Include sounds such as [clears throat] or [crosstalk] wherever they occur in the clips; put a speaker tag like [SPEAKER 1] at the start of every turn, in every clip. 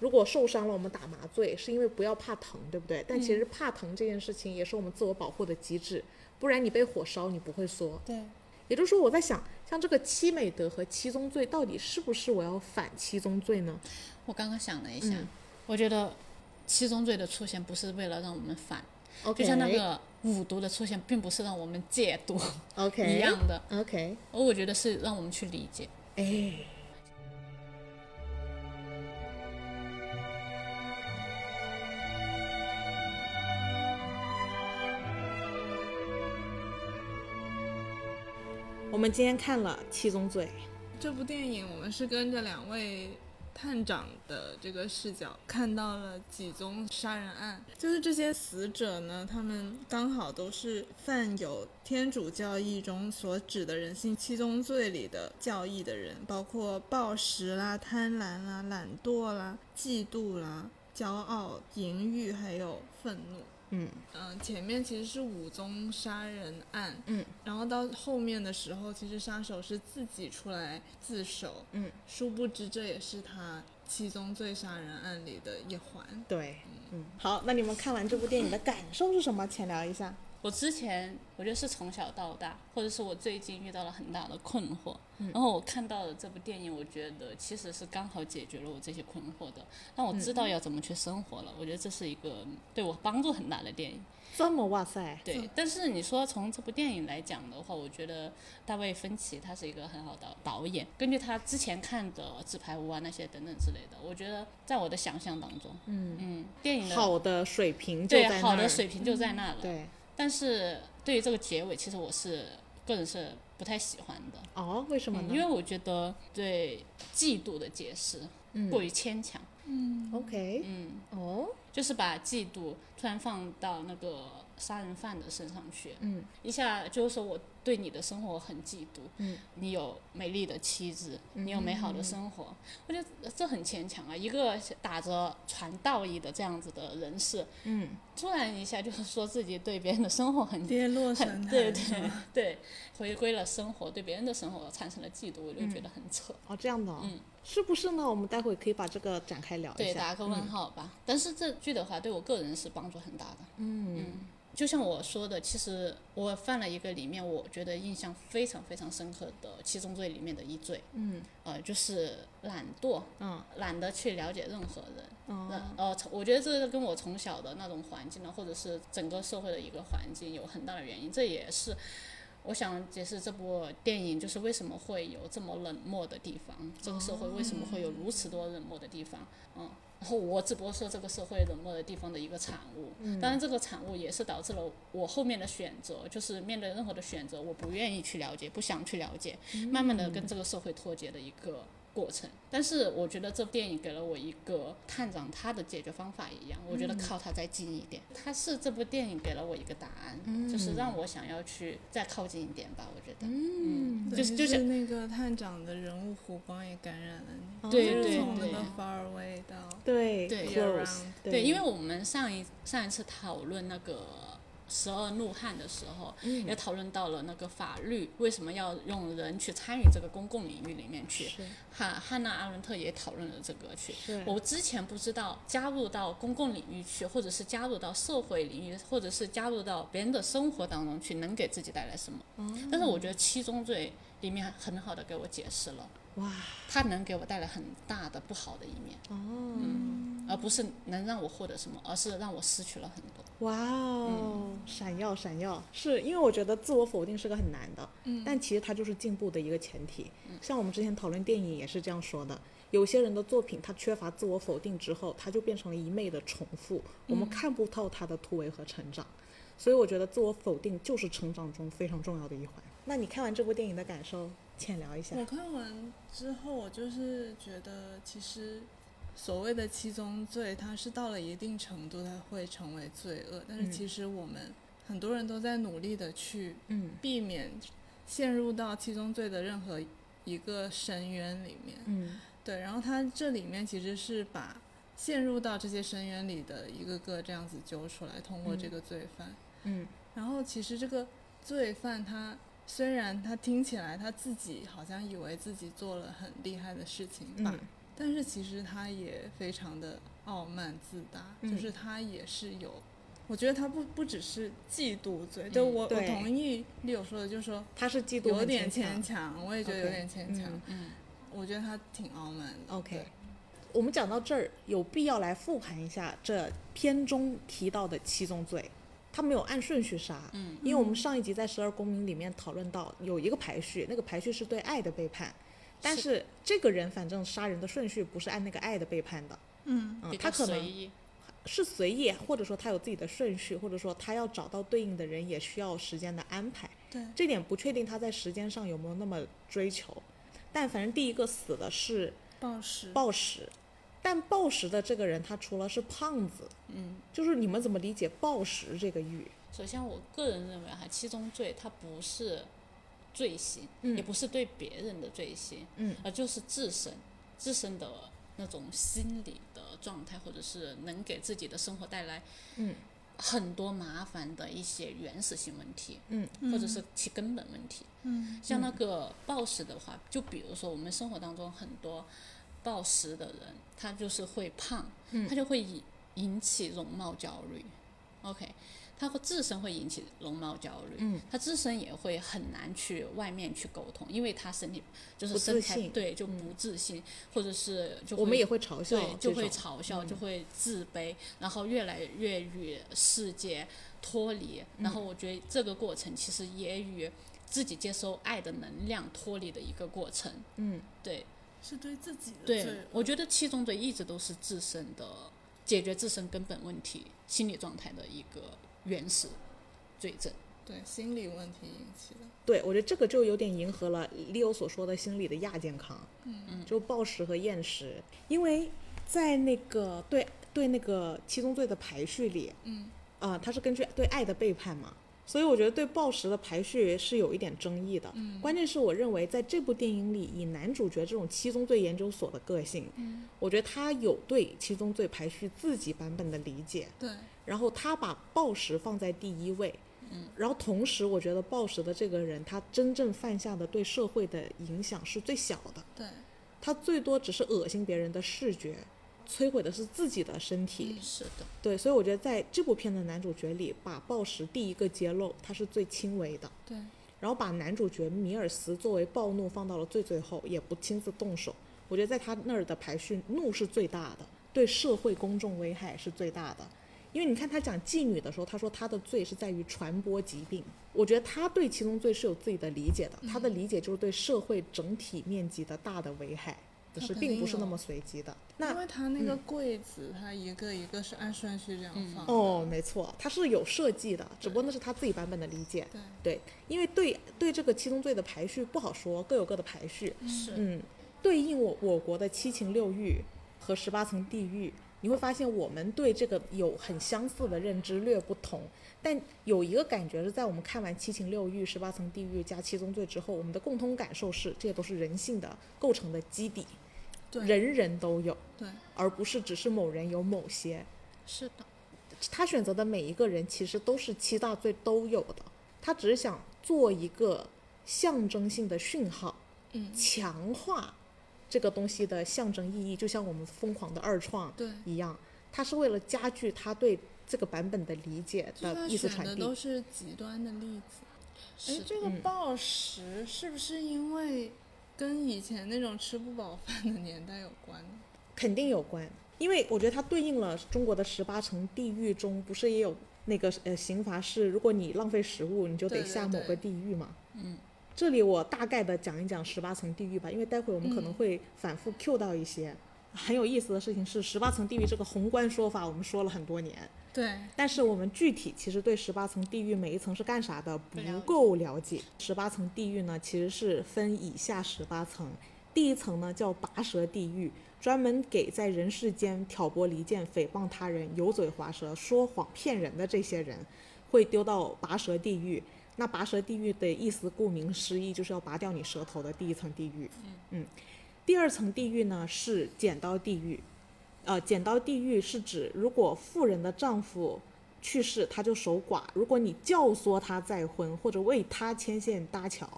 [SPEAKER 1] 如果受伤了，我们打麻醉是因为不要怕疼，对不对？但其实
[SPEAKER 2] 嗯
[SPEAKER 1] 怕疼这件事情也是我们自我保护的机制，不然你被火烧你不会缩。
[SPEAKER 2] 对，
[SPEAKER 1] 也就是说，我在想，像这个七美德和七宗罪到底是不是我要反七宗罪呢？
[SPEAKER 2] 我刚刚想了一下，
[SPEAKER 1] 嗯
[SPEAKER 2] 我觉得七宗罪的出现不是为了让我们反
[SPEAKER 1] OK，
[SPEAKER 2] 就像那个五毒的出现，并不是让我们戒毒
[SPEAKER 1] [laughs] OK
[SPEAKER 2] 一样的，
[SPEAKER 1] OK，
[SPEAKER 2] 而我觉得是让我们去理解。
[SPEAKER 1] 哎，我们今天看了七宗罪，
[SPEAKER 3] 这部电影我们是跟着两位探长的这个视角，看到了几宗杀人案。就是这些死者呢，他们刚好都是犯有天主教义中所指的人性七宗罪里的教义的人，包括暴食啦、贪婪啦、懒惰啦、嫉妒啦、骄傲、淫欲，还有愤怒。
[SPEAKER 1] 嗯
[SPEAKER 3] 嗯，前面其实是五宗杀人案，
[SPEAKER 1] 嗯，
[SPEAKER 3] 然后到后面的时候，其实杀手是自己出来自首，
[SPEAKER 1] 嗯，
[SPEAKER 3] 殊不知这也是他七宗罪杀人案里的一环。
[SPEAKER 1] 对，嗯，好，那你们看完这部电影的感受是什么？浅聊一下。
[SPEAKER 2] 我之前我觉得是从小到大，或者是我最近遇到了很大的困惑，
[SPEAKER 1] 嗯
[SPEAKER 2] 然后我看到了这部电影，我觉得其实是刚好解决了我这些困惑的，让我知
[SPEAKER 1] 嗯
[SPEAKER 2] 道要怎么去生活了。我觉得这是一个对我帮助很大的电影。
[SPEAKER 1] 这么哇塞，
[SPEAKER 2] 对，但是你说从这部电影来讲的话，我觉得大卫芬奇他是一个很好的导演。根据他之前看的《纸牌屋》啊那些等等之类的，我觉得在我的想象当中，嗯嗯，电影的
[SPEAKER 1] 好的水平就
[SPEAKER 2] 对
[SPEAKER 1] 在那
[SPEAKER 2] 好的
[SPEAKER 1] 儿嗯
[SPEAKER 2] 水平就在那了。
[SPEAKER 1] 对，
[SPEAKER 2] 但是对于这个结尾，其实我是个人是不太喜欢的，
[SPEAKER 1] 哦，为什么
[SPEAKER 2] 嗯
[SPEAKER 1] 呢？
[SPEAKER 2] 因为我觉得对嫉妒的解释
[SPEAKER 1] 嗯
[SPEAKER 2] 过于牵强，
[SPEAKER 1] OK，嗯，哦，
[SPEAKER 2] 就是把嫉妒突然放到那个杀人犯的身上去，嗯，一下就是说我对你的生活很嫉妒，嗯，你有美丽的妻子，你有美好的生活，我觉得这很牵强啊。一个打着传道义的这样子的人士，
[SPEAKER 1] 嗯，
[SPEAKER 2] 突然一下就是说自己对别人的生活很
[SPEAKER 3] 跌落神
[SPEAKER 2] 嗯很
[SPEAKER 3] 坛，
[SPEAKER 2] 对
[SPEAKER 3] 是
[SPEAKER 2] 对
[SPEAKER 3] 吗
[SPEAKER 2] 对，回归了生活，对别人的生活产生了嫉妒，我就觉得很扯。
[SPEAKER 1] 哦，这样的、嗯，是不是呢？我们待会可以把这个展开聊一
[SPEAKER 2] 对，
[SPEAKER 1] 下。嗯
[SPEAKER 2] 打个问号吧。但是这句的话，对我个人是帮助很大的。嗯就像我说的，其实我犯了一个里面我觉得印象非常非常深刻的七宗罪里面的一罪。嗯，呃，就是懒惰。
[SPEAKER 1] 嗯，哦
[SPEAKER 2] 懒得去了解任何人。那呃，从我觉得这个跟我从小的那种环境呢，啊或者是整个社会的一个环境有很大的原因。这也是我想解释这部电影就是为什么会有这么冷漠的地方，这个社会为什么会有如此多冷漠的地方。嗯，然后我只不过说这个社会冷漠的地方的一个产物。当然，这个产物也是导致了我后面的选择，就是面对任何的选择，我不愿意去了解，不想去了解，慢慢的跟这个社会脱节的一个过程。但是我觉得这部电影给了我一个探长他的解决方法一样，我觉得靠他再近一点，他是这部电影给了我一个答案，就是让我想要去再靠近一点吧。我觉得，嗯，就
[SPEAKER 3] 对
[SPEAKER 2] 是就
[SPEAKER 3] 就是
[SPEAKER 2] 是
[SPEAKER 3] 那个探长的人物弧光也感染了你，
[SPEAKER 2] 对
[SPEAKER 3] 就是
[SPEAKER 2] 对
[SPEAKER 3] 从那
[SPEAKER 2] 对
[SPEAKER 3] 个 far away 到
[SPEAKER 1] 对
[SPEAKER 2] 对
[SPEAKER 3] be
[SPEAKER 1] ，close，
[SPEAKER 3] around，
[SPEAKER 2] 对，因为我们上一上一次讨论那个十二怒汉的时候，也讨论到了那个法律为什么要用人去参与这个公共领域里面去。汉汉娜·阿伦特也讨论了这个去
[SPEAKER 1] 是。
[SPEAKER 2] 我之前不知道加入到公共领域去，或者是加入到社会领域，或者是加入到别人的生活当中去，能给自己带来什么。但是我觉得七宗罪里面很好的给我解释了，
[SPEAKER 1] 哇，
[SPEAKER 2] 它能给我带来很大的不好的一面。
[SPEAKER 1] 哦，
[SPEAKER 2] 而不是能让我获得什么，而是让我失去了很多。
[SPEAKER 1] 哇哦，闪耀闪耀，是因为我觉得自我否定是个很难的，嗯，但其实它就是进步的一个前提。像我们之前讨论电影也是这样说的，有些人的作品它缺乏自我否定之后，它就变成了一昧的重复，我们看不到它的突围和成长。所以我觉得自我否定就是成长中非常重要的一环。那你看完这部电影的感受，浅聊一下。
[SPEAKER 3] 我看完之后，我就是觉得，其实所谓的七宗罪，它是到了一定程度，它会成为罪恶。但是其实我们很多人都在努力的去
[SPEAKER 1] 嗯
[SPEAKER 3] 避免陷入到七宗罪的任何一个深渊里面。
[SPEAKER 1] 嗯
[SPEAKER 3] 对，然后它这里面其实是把陷入到这些深渊里的一个个这样子揪出来，通过这个罪犯。
[SPEAKER 1] 嗯
[SPEAKER 3] 然后其实这个罪犯他虽然他听起来他自己好像以为自己做了很厉害的事情，把
[SPEAKER 1] 嗯
[SPEAKER 3] 但是其实他也非常的傲慢自大，
[SPEAKER 1] 嗯
[SPEAKER 3] 就是他也是有，我觉得他不不只是嫉妒罪，就我我
[SPEAKER 1] 嗯对
[SPEAKER 3] 同意丽友说的，就是说
[SPEAKER 1] 他是嫉妒
[SPEAKER 3] 有
[SPEAKER 1] 很
[SPEAKER 3] 点
[SPEAKER 1] 强
[SPEAKER 3] 牵强，我也觉得有
[SPEAKER 1] OK，
[SPEAKER 3] 点牵强
[SPEAKER 1] 嗯，
[SPEAKER 2] 嗯，
[SPEAKER 3] 我觉得他挺傲慢的。
[SPEAKER 1] OK，
[SPEAKER 3] 对
[SPEAKER 1] 我们讲到这儿，有必要来复盘一下这片中提到的七宗罪，它没有按顺序杀，
[SPEAKER 2] 嗯，
[SPEAKER 1] 因为我们上一集在十二公民里面讨论到有一个排序，那个排序是对爱的背叛，但
[SPEAKER 2] 是
[SPEAKER 1] 是这个人反正杀人的顺序不是按那个爱的背叛的，
[SPEAKER 3] 嗯
[SPEAKER 1] 嗯
[SPEAKER 2] 比，
[SPEAKER 1] 他
[SPEAKER 2] 较
[SPEAKER 1] 可
[SPEAKER 2] 随
[SPEAKER 1] 能
[SPEAKER 2] 意，
[SPEAKER 1] 是随意，或者说他有自己的顺序，或者说他要找到对应的人也需要时间的安排，
[SPEAKER 3] 对，
[SPEAKER 1] 这点不确定他在时间上有没有那么追求，但反正第一个死的是
[SPEAKER 3] 暴食
[SPEAKER 1] 暴食，但暴食的这个人，他除了是胖子，
[SPEAKER 2] 嗯。
[SPEAKER 1] 就是你们怎么理解暴食这个欲？
[SPEAKER 2] 首先，我个人认为哈，七宗罪它不是罪行，
[SPEAKER 1] 嗯
[SPEAKER 2] 也不是对别人的罪行，
[SPEAKER 1] 嗯，
[SPEAKER 2] 而就是自身自身的那种心理的状态，或者是能给自己的生活带来
[SPEAKER 1] 嗯
[SPEAKER 2] 很多麻烦的一些原始性问题，
[SPEAKER 1] 嗯，
[SPEAKER 2] 或者是其根本问题。
[SPEAKER 3] 嗯
[SPEAKER 2] 像那个暴食的话，就比如说我们生活当中很多暴食的人，他就是会胖，
[SPEAKER 1] 嗯
[SPEAKER 2] 他就会引引起容貌焦虑。OK，他会自身会引起容貌焦虑，
[SPEAKER 1] 嗯
[SPEAKER 2] 他自身也会很难去外面去沟通，因为他身体就是
[SPEAKER 1] 不
[SPEAKER 2] 身
[SPEAKER 1] 自
[SPEAKER 2] 材
[SPEAKER 1] 信嗯
[SPEAKER 2] 对就不自信，或者是就
[SPEAKER 1] 我们
[SPEAKER 2] 会
[SPEAKER 1] 也会嘲笑
[SPEAKER 2] 对，嗯
[SPEAKER 1] 这
[SPEAKER 2] 就会
[SPEAKER 1] 种。
[SPEAKER 2] 嘲笑，就会自卑，然后越来越与世界脱离。然后我觉得这个过程其实也与自己接收爱的能量脱离的一个过程。
[SPEAKER 1] 嗯，
[SPEAKER 2] 对
[SPEAKER 3] 是对自己的
[SPEAKER 2] 对
[SPEAKER 3] 罪，，
[SPEAKER 2] 我觉得七宗罪一直都是自身的解决自身根本问题、心理状态的一个原始罪证。
[SPEAKER 3] 对心理问题引起的。
[SPEAKER 1] 对，我觉得这个就有点迎合了 Leo 所说的心理的亚健康，嗯，就暴食和厌食，因为在那个对对那个七宗罪的排序里，
[SPEAKER 3] 嗯，
[SPEAKER 1] 啊，它是根据对爱的背叛嘛，所以我觉得对暴食的排序是有一点争议的。嗯，关键是我认为在这部电影里，以男主角这种七宗罪研究所的个性，嗯，我觉得他有对七宗罪排序自己版本的理解，
[SPEAKER 3] 对，
[SPEAKER 1] 然后他把暴食放在第一位。嗯，然后同时，我觉得暴食的这个人，他真正犯下的对社会的影响是最小的，
[SPEAKER 3] 对，
[SPEAKER 1] 他最多只是恶心别人的视觉，摧毁的是自己的身体。
[SPEAKER 2] 是的，
[SPEAKER 1] 对，所以我觉得在这部片的男主角里，把暴食第一个揭露，他是最轻微的，
[SPEAKER 3] 对，
[SPEAKER 1] 然后把男主角米尔斯作为暴怒放到了最最后，也不亲自动手。我觉得在他那儿的排序，怒是最大的，对社会公众危害是最大的。因为你看他讲妓女的时候，他说他的罪是在于传播疾病。我觉得他对其中罪是有自己的理解
[SPEAKER 3] 嗯
[SPEAKER 1] 的，他的理解就是对社会整体面积的大的危害，只
[SPEAKER 3] 他
[SPEAKER 1] 是
[SPEAKER 3] 肯
[SPEAKER 1] 并
[SPEAKER 3] 定
[SPEAKER 1] 不是那
[SPEAKER 3] 有
[SPEAKER 1] 么随机的。那
[SPEAKER 3] 因为他那个柜子，他一个一个是按顺序这样放的。
[SPEAKER 1] 哦，没错，他是有设计的，只不过那是他自己版本的理解。
[SPEAKER 3] 对，
[SPEAKER 1] 对，因为对对这个七宗罪的排序不好说，各有各的排序。
[SPEAKER 2] 是
[SPEAKER 1] 嗯，对应我我国的七情六欲和十八层地狱，你会发现我们对这个有很相似的认知，略不同。但有一个感觉是在我们看完《七情六欲》《十八层地狱》加《七宗罪》之后，我们的共通感受是，这些都是人性的构成的基底，
[SPEAKER 3] 对
[SPEAKER 1] 人人都有，
[SPEAKER 3] 对，
[SPEAKER 1] 而不是只是某人有某些。
[SPEAKER 2] 是的，
[SPEAKER 1] 他选择的每一个人其实都是七大罪都有的，他只是想做一个象征性的讯号，
[SPEAKER 3] 嗯，
[SPEAKER 1] 强化这个东西的象征意义，就像我们疯狂的二创
[SPEAKER 3] 对。
[SPEAKER 1] 一样，他是为了加剧他对这个版本的理解
[SPEAKER 3] 就
[SPEAKER 1] 的
[SPEAKER 3] 是他
[SPEAKER 1] 意思
[SPEAKER 3] 选
[SPEAKER 1] 传
[SPEAKER 3] 的
[SPEAKER 1] 递
[SPEAKER 3] 都。是极端的例子。
[SPEAKER 2] 是
[SPEAKER 3] 哎，
[SPEAKER 2] 的
[SPEAKER 3] 这个
[SPEAKER 1] 嗯
[SPEAKER 3] 暴食是不是因为跟以前那种吃不饱饭的年代有关呢？
[SPEAKER 1] 肯定有关，因为我觉得它对应了中国的十八层地狱中，不是也有那个呃刑罚是，如果你浪费食物，你就得
[SPEAKER 3] 对对
[SPEAKER 1] 下某
[SPEAKER 3] 对
[SPEAKER 1] 个地狱嘛。
[SPEAKER 2] 嗯，
[SPEAKER 1] 这里我大概的讲一讲十八层地狱吧，因为待会我们可能会反复 Q 到一些。很有意思的事情是，十八层地狱这个宏观说法我们说了很多年，
[SPEAKER 3] 对，
[SPEAKER 1] 但是我们具体其实对十八层地狱每一层是干啥的不
[SPEAKER 2] 不了解
[SPEAKER 1] 够了解。十八层地狱呢，其实是分以下十八层。第一层呢叫拔舌地狱，专门给在人世间挑拨离间、诽谤他人、油嘴滑舌、说谎骗人的这些人，会丢到拔舌地狱。那拔舌地狱的意思顾名思义，就是要拔掉你舌头的第一层地狱。嗯，第二层地狱呢是剪刀地狱，呃，剪刀地狱是指如果妇人的丈夫去世，她就守寡；如果你教唆她再婚或者为她牵线搭桥，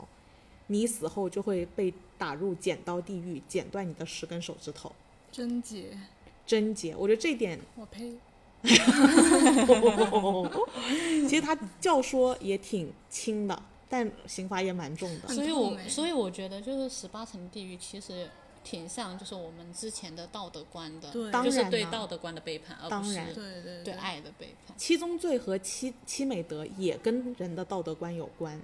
[SPEAKER 1] 你死后就会被打入剪刀地狱，剪断你的十根手指头。
[SPEAKER 3] 贞洁，
[SPEAKER 1] 贞洁，我觉得这一点 [laughs]
[SPEAKER 3] 我呸，
[SPEAKER 1] 其实他教唆也挺轻的，但刑罚也蛮重的。
[SPEAKER 2] 所以
[SPEAKER 3] 痛
[SPEAKER 2] 我
[SPEAKER 3] 哎
[SPEAKER 2] 所以我觉得就是十八层地狱其实挺像就是我们之前的道德观的，
[SPEAKER 3] 对
[SPEAKER 2] 就是
[SPEAKER 1] 当然
[SPEAKER 2] 对
[SPEAKER 1] 啦
[SPEAKER 2] 道德观的背叛，而
[SPEAKER 1] 当
[SPEAKER 2] 不是
[SPEAKER 1] 然
[SPEAKER 3] 对对
[SPEAKER 2] 对爱的背叛。
[SPEAKER 1] 七宗罪和七七美德也跟人的道德观有关。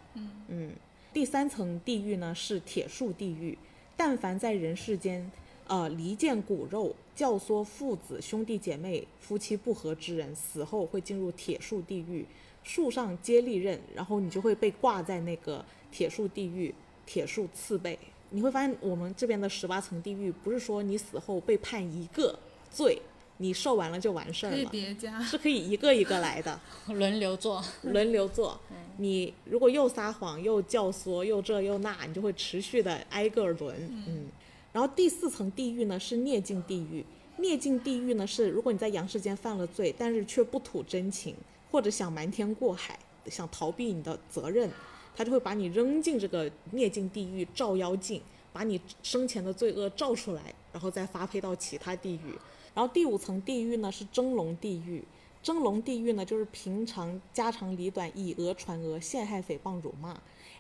[SPEAKER 1] 嗯第三层地狱呢是铁树地狱，但凡在人世间，呃，离间骨肉、教唆父子、兄弟姐妹、夫妻不和之人，死后会进入铁树地狱，树上接利刃，然后你就会被挂在那个铁树地狱，铁树刺背。你会发现，我们这边的十八层地狱不是说你死后被判一个罪，你受完了就完事儿
[SPEAKER 3] 可以
[SPEAKER 1] 了，
[SPEAKER 3] 叠加，
[SPEAKER 1] 是可以一个一个来的。
[SPEAKER 2] [laughs] 轮流做，
[SPEAKER 1] 轮流做。你如果又撒谎又教唆又这又那，你就会持续的挨个儿轮。嗯，然后第四层地狱呢是孽境地狱，孽境地狱呢是如果你在阳世间犯了罪，但是却不吐真情，或者想瞒天过海，想逃避你的责任，他就会把你扔进这个孽境地狱照妖镜，把你生前的罪恶照出来，然后再发配到其他地狱。然后第五层地狱呢是蒸笼地狱，蒸笼地狱呢就是平常家长里短、以讹传讹、陷害、诽谤、辱骂。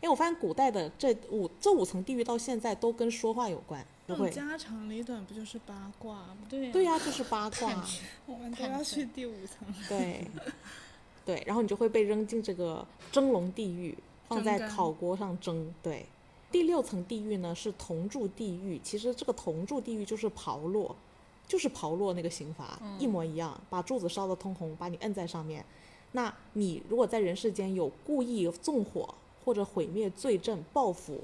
[SPEAKER 1] 哎，我发现古代的这五这五层地狱到现在都跟说话有关，
[SPEAKER 3] 哦这
[SPEAKER 1] 都
[SPEAKER 3] 种
[SPEAKER 1] 会。
[SPEAKER 3] 家长里短不就是八卦吗？
[SPEAKER 2] 对呀、
[SPEAKER 1] 对呀、就是八卦，啊
[SPEAKER 3] 我们都
[SPEAKER 2] 探
[SPEAKER 3] 要
[SPEAKER 2] 测
[SPEAKER 3] 去第五层，
[SPEAKER 1] 对， [laughs] 对，然后你就会被扔进这个蒸笼地狱，放
[SPEAKER 3] 蒸
[SPEAKER 1] 在
[SPEAKER 3] 干
[SPEAKER 1] 烤锅上蒸。对，第六层地狱呢是同住地狱，其实这个同住地狱就是刨落，就是刨落那个刑罚、
[SPEAKER 3] 嗯
[SPEAKER 1] 一模一样，把柱子烧得通红，把你摁在上面。那你如果在人世间有故意纵火或者毁灭罪证、报复、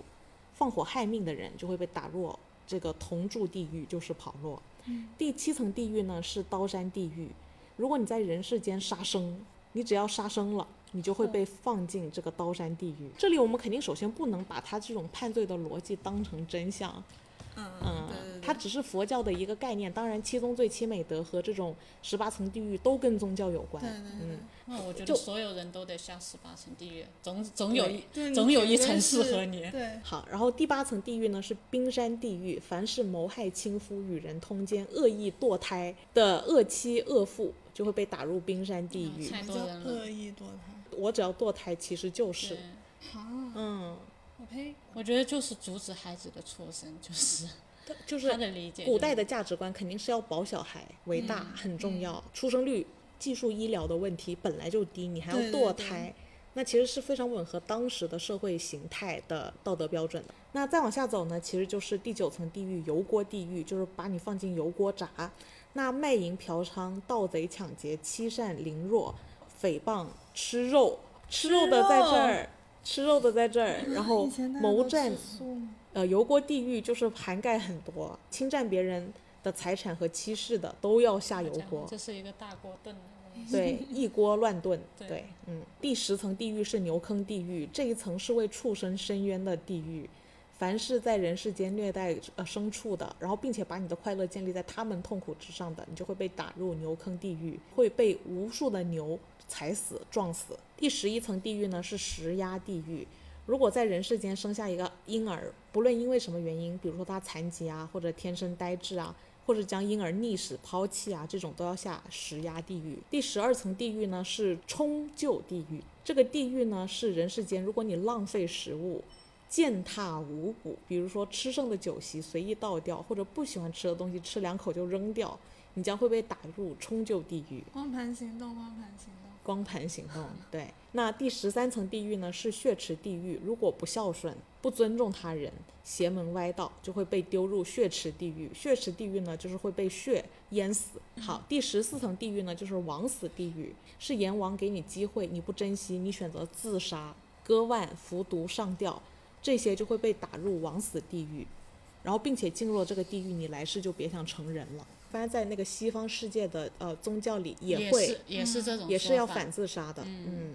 [SPEAKER 1] 放火害命的人，就会被打入这个同住地狱，就是跑落。
[SPEAKER 3] 嗯
[SPEAKER 1] 第七层地狱呢是刀山地狱，如果你在人世间杀生，你只要杀生了，你就会
[SPEAKER 3] 嗯
[SPEAKER 1] 被放进这个刀山地狱。这里我们肯定首先不能把他这种判罪的逻辑当成真相，
[SPEAKER 3] 嗯，对对
[SPEAKER 1] 它
[SPEAKER 3] 对，
[SPEAKER 1] 只是佛教的一个概念。当然，七宗罪、七美德和这种十八层地狱都跟宗教有关。
[SPEAKER 3] 对对对
[SPEAKER 1] 嗯，
[SPEAKER 2] 那我觉
[SPEAKER 1] 就
[SPEAKER 2] 得所有人都得下十八层地狱，总总有一
[SPEAKER 3] 对，
[SPEAKER 2] 总
[SPEAKER 3] 你
[SPEAKER 2] 有
[SPEAKER 3] 绝
[SPEAKER 2] 一
[SPEAKER 3] 对
[SPEAKER 2] 层适
[SPEAKER 3] 是
[SPEAKER 2] 合你。
[SPEAKER 3] 对，
[SPEAKER 1] 好，然后第八层地狱呢是冰山地狱，凡是谋害亲夫、与人通奸、恶意堕胎的恶妻恶妇，就会被打入冰山地狱。
[SPEAKER 2] 太
[SPEAKER 3] 比
[SPEAKER 2] 多
[SPEAKER 3] 较
[SPEAKER 2] 人了
[SPEAKER 3] 恶。意堕胎。
[SPEAKER 1] 我只要堕胎，其实就是
[SPEAKER 2] 对，，
[SPEAKER 3] 啊，
[SPEAKER 1] 嗯，
[SPEAKER 3] 我呸！
[SPEAKER 2] 我觉得就是阻止孩子的出生，就是
[SPEAKER 1] 就是
[SPEAKER 2] 他的理解就是。
[SPEAKER 1] 古代的价值观肯定是要保小孩
[SPEAKER 3] 嗯
[SPEAKER 1] 为大，很重要。出生率、技术、医疗的问题本来就低，你还要
[SPEAKER 3] 对对
[SPEAKER 1] 堕
[SPEAKER 3] 对
[SPEAKER 1] 胎，那其实是非常吻合当时的社会形态的道德标准的。那再往下走呢，其实就是第九层地狱——油锅地狱，就是把你放进油锅炸。那卖淫、嫖娼、盗贼、抢劫、欺善凌弱、诽谤、吃肉，吃肉的在这儿，吃肉的在这儿，然后
[SPEAKER 3] 以前大家
[SPEAKER 1] 谋
[SPEAKER 3] 都吃
[SPEAKER 1] 占
[SPEAKER 3] 素吗
[SPEAKER 1] 呃，油锅地狱就是涵盖很多，侵占别人的财产和欺世的都要下油
[SPEAKER 2] 这样
[SPEAKER 1] 锅。
[SPEAKER 2] 这是一个大锅炖的东西。
[SPEAKER 1] 对，一锅乱炖。
[SPEAKER 2] 对
[SPEAKER 1] 对，嗯，第十层地狱是牛坑地狱，这一层是为畜生伸冤的地狱。凡是在人世间虐待呃牲畜的，然后并且把你的快乐建立在他们痛苦之上的，你就会被打入牛坑地狱，会被无数的牛踩死、撞死。第十一层地狱呢是食鸦地狱。如果在人世间生下一个婴儿，不论因为什么原因，比如说他残疾啊，或者天生呆滞啊，或者将婴儿溺死、抛弃啊，这种都要下十压地狱。第十二层地狱呢是冲臼地狱，这个地狱呢是人世间，如果你浪费食物。践踏五谷，比如说吃剩的酒席随意倒掉，或者不喜欢吃的东西吃两口就扔掉，你将会被打入冲臼地狱。
[SPEAKER 3] 光盘行动，光盘行动。
[SPEAKER 1] 光盘行动。对，那第十三层地狱呢是血池地狱，如果不孝顺、不尊重他人、邪门歪道，就会被丢入血池地狱。血池地狱呢就是会被血淹死。
[SPEAKER 2] 嗯
[SPEAKER 1] 好，第十四层地狱呢就是枉死地狱，是阎王给你机会，你不珍惜，你选择自杀、割腕、服毒、上吊，这些就会被打入枉死地狱。然后并且进入了这个地狱，你来世就别想成人了。反正在那个西方世界的呃宗教里
[SPEAKER 2] 也
[SPEAKER 1] 会
[SPEAKER 2] 是也
[SPEAKER 3] 嗯
[SPEAKER 2] 是这种
[SPEAKER 1] 也是要
[SPEAKER 2] 说法
[SPEAKER 1] 反自杀的。嗯，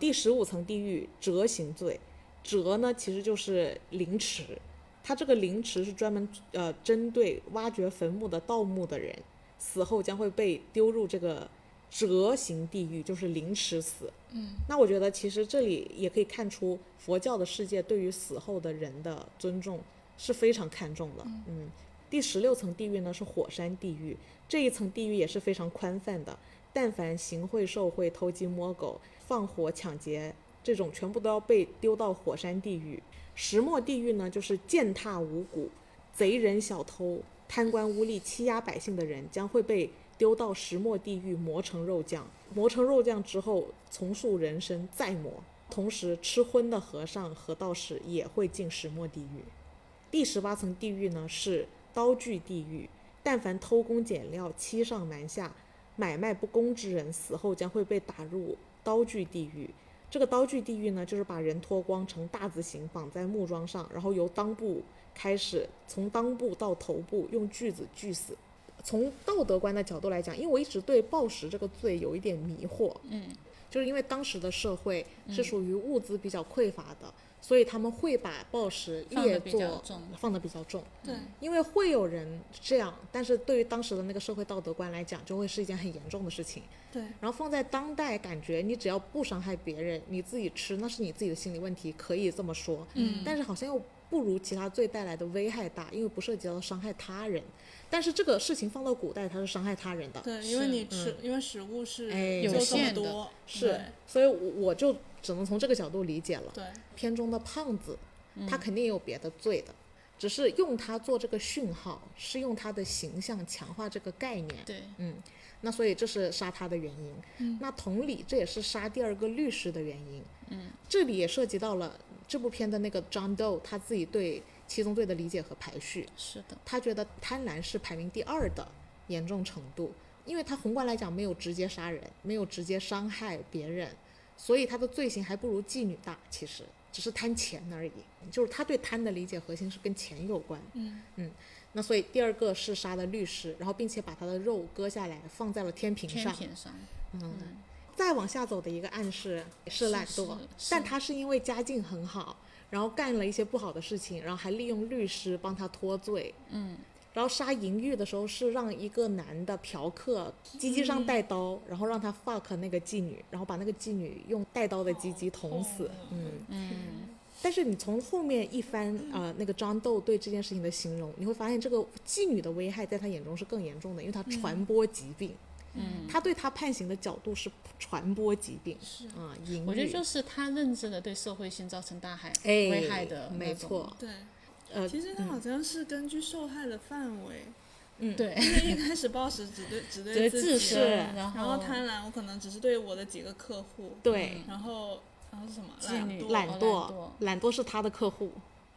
[SPEAKER 1] 第十五层地狱折刑罪，折呢其实就是凌迟，它这个凌迟是专门呃针对挖掘坟墓的盗墓的人，死后将会被丢入这个折刑地狱，就是凌迟死。嗯，那我觉得其实这里也可以看出佛教的世界对于死后的人的尊重是非常看重的。嗯。第十六层地狱呢是火山地狱，这一层地狱也是非常宽泛的，但凡行贿受贿、偷鸡摸狗、放火抢劫这种，全部都要被丢到火山地狱。石磨地狱呢，就是践踏五谷、贼人、小偷、贪官污吏、欺压百姓的人将会被丢到石磨地狱，磨成肉酱。磨成肉酱之后，重塑人生，再磨。同时，吃荤的和尚和道士也会进石磨地狱。第十八层地狱呢是刀具地狱，但凡偷工减料、欺上瞒下、买卖不公之人，死后将会被打入刀具地狱。这个刀具地狱呢，就是把人脱光成大字形绑在木桩上，然后由裆部开始，从裆部到头部用锯子锯死。从道德观的角度来讲，因为我一直对暴食这个罪有一点迷惑，嗯，就是因为当时的社会
[SPEAKER 2] 嗯
[SPEAKER 1] 是属于物资比较匮乏的，所以他们会把暴食
[SPEAKER 2] 放得
[SPEAKER 1] 列
[SPEAKER 2] 比
[SPEAKER 1] 作
[SPEAKER 2] 较重
[SPEAKER 1] 放得比较重，
[SPEAKER 3] 对，
[SPEAKER 1] 因为会有人这样，但是对于当时的那个社会道德观来讲，就会是一件很严重的事情。
[SPEAKER 3] 对，
[SPEAKER 1] 然后放在当代，感觉你只要不伤害别人，你自己吃那是你自己的心理问题，可以这么说。嗯，但是好像又不如其他罪带来的危害大，因为不涉及到伤害他人。但是这个事情放到古代，它是伤害他人的。
[SPEAKER 3] 对，因为你吃，因为食物是
[SPEAKER 1] 嗯哎
[SPEAKER 3] 就
[SPEAKER 1] 有
[SPEAKER 3] 这么
[SPEAKER 2] 限的
[SPEAKER 3] 多，
[SPEAKER 1] 是，所以我我就只能从这个角度理解了。
[SPEAKER 3] 对，
[SPEAKER 1] 片中的胖子，他肯定也有别的罪的，只是用他做这个讯号，是用他的形象强化这个概念。
[SPEAKER 2] 对，
[SPEAKER 1] 嗯，那所以这是杀他的原因。嗯，那同理，这也是杀第二个律师的原因。嗯，这里也涉及到了这部片的那个 John Doe 他自己对七宗罪的理解和排序。
[SPEAKER 2] 是的，
[SPEAKER 1] 他觉得贪婪是排名第二的严重程度，因为他宏观来讲没有直接杀人，没有直接伤害别人，所以他的罪行还不如妓女大。其实只是贪钱而已，就是他对贪的理解核心是跟钱有关。
[SPEAKER 3] 嗯
[SPEAKER 1] 那所以第二个是杀的律师，然后并且把他的肉割下来放在了天平
[SPEAKER 2] 天
[SPEAKER 1] 上。
[SPEAKER 2] 平上，
[SPEAKER 1] 再往下走的一个暗示是懒
[SPEAKER 2] 是
[SPEAKER 1] 惰，
[SPEAKER 2] 是
[SPEAKER 1] 但他是因为家境很好，然后干了一些不好的事情，然后还利用律师帮他脱罪。嗯，然后杀淫欲的时候是让一个男的嫖客鸡鸡上带刀，然后让他 fuck 那个妓女，然后把那个妓女用带刀的鸡鸡捅
[SPEAKER 2] 哦
[SPEAKER 1] 死。嗯，
[SPEAKER 2] 嗯，
[SPEAKER 1] 但是你从后面一
[SPEAKER 2] [clears throat]
[SPEAKER 1] 翻，呃，那个张豆对这件事情的形容，你会发现这个妓女的危害在他眼中是更严重的，因为她传播疾病。
[SPEAKER 2] 嗯，
[SPEAKER 1] 他对他判刑的角度是传播疾病，
[SPEAKER 3] 是
[SPEAKER 1] 啊，淫
[SPEAKER 2] 我觉得
[SPEAKER 1] 欲
[SPEAKER 2] 就是他认知了对社会性造成大害、
[SPEAKER 1] 哎
[SPEAKER 2] 危害的那
[SPEAKER 1] 没
[SPEAKER 2] 种，
[SPEAKER 1] 错，
[SPEAKER 3] 对，
[SPEAKER 1] 呃
[SPEAKER 3] 其实它好像是根据受害的范围，
[SPEAKER 2] [laughs] 对，
[SPEAKER 3] 因为一开始暴食只对只
[SPEAKER 2] 觉
[SPEAKER 3] 对
[SPEAKER 2] 得自
[SPEAKER 3] 己，啊
[SPEAKER 1] 是
[SPEAKER 2] 身，然
[SPEAKER 3] 然后贪婪我可能只是对我的几个客户，
[SPEAKER 1] 对，
[SPEAKER 3] 然后然后是什么
[SPEAKER 2] 妓
[SPEAKER 3] 懒
[SPEAKER 2] 女
[SPEAKER 3] 惰，
[SPEAKER 1] 懒
[SPEAKER 2] 嗯哦懒
[SPEAKER 1] 惰
[SPEAKER 2] 惰，
[SPEAKER 1] 懒惰是他的客户，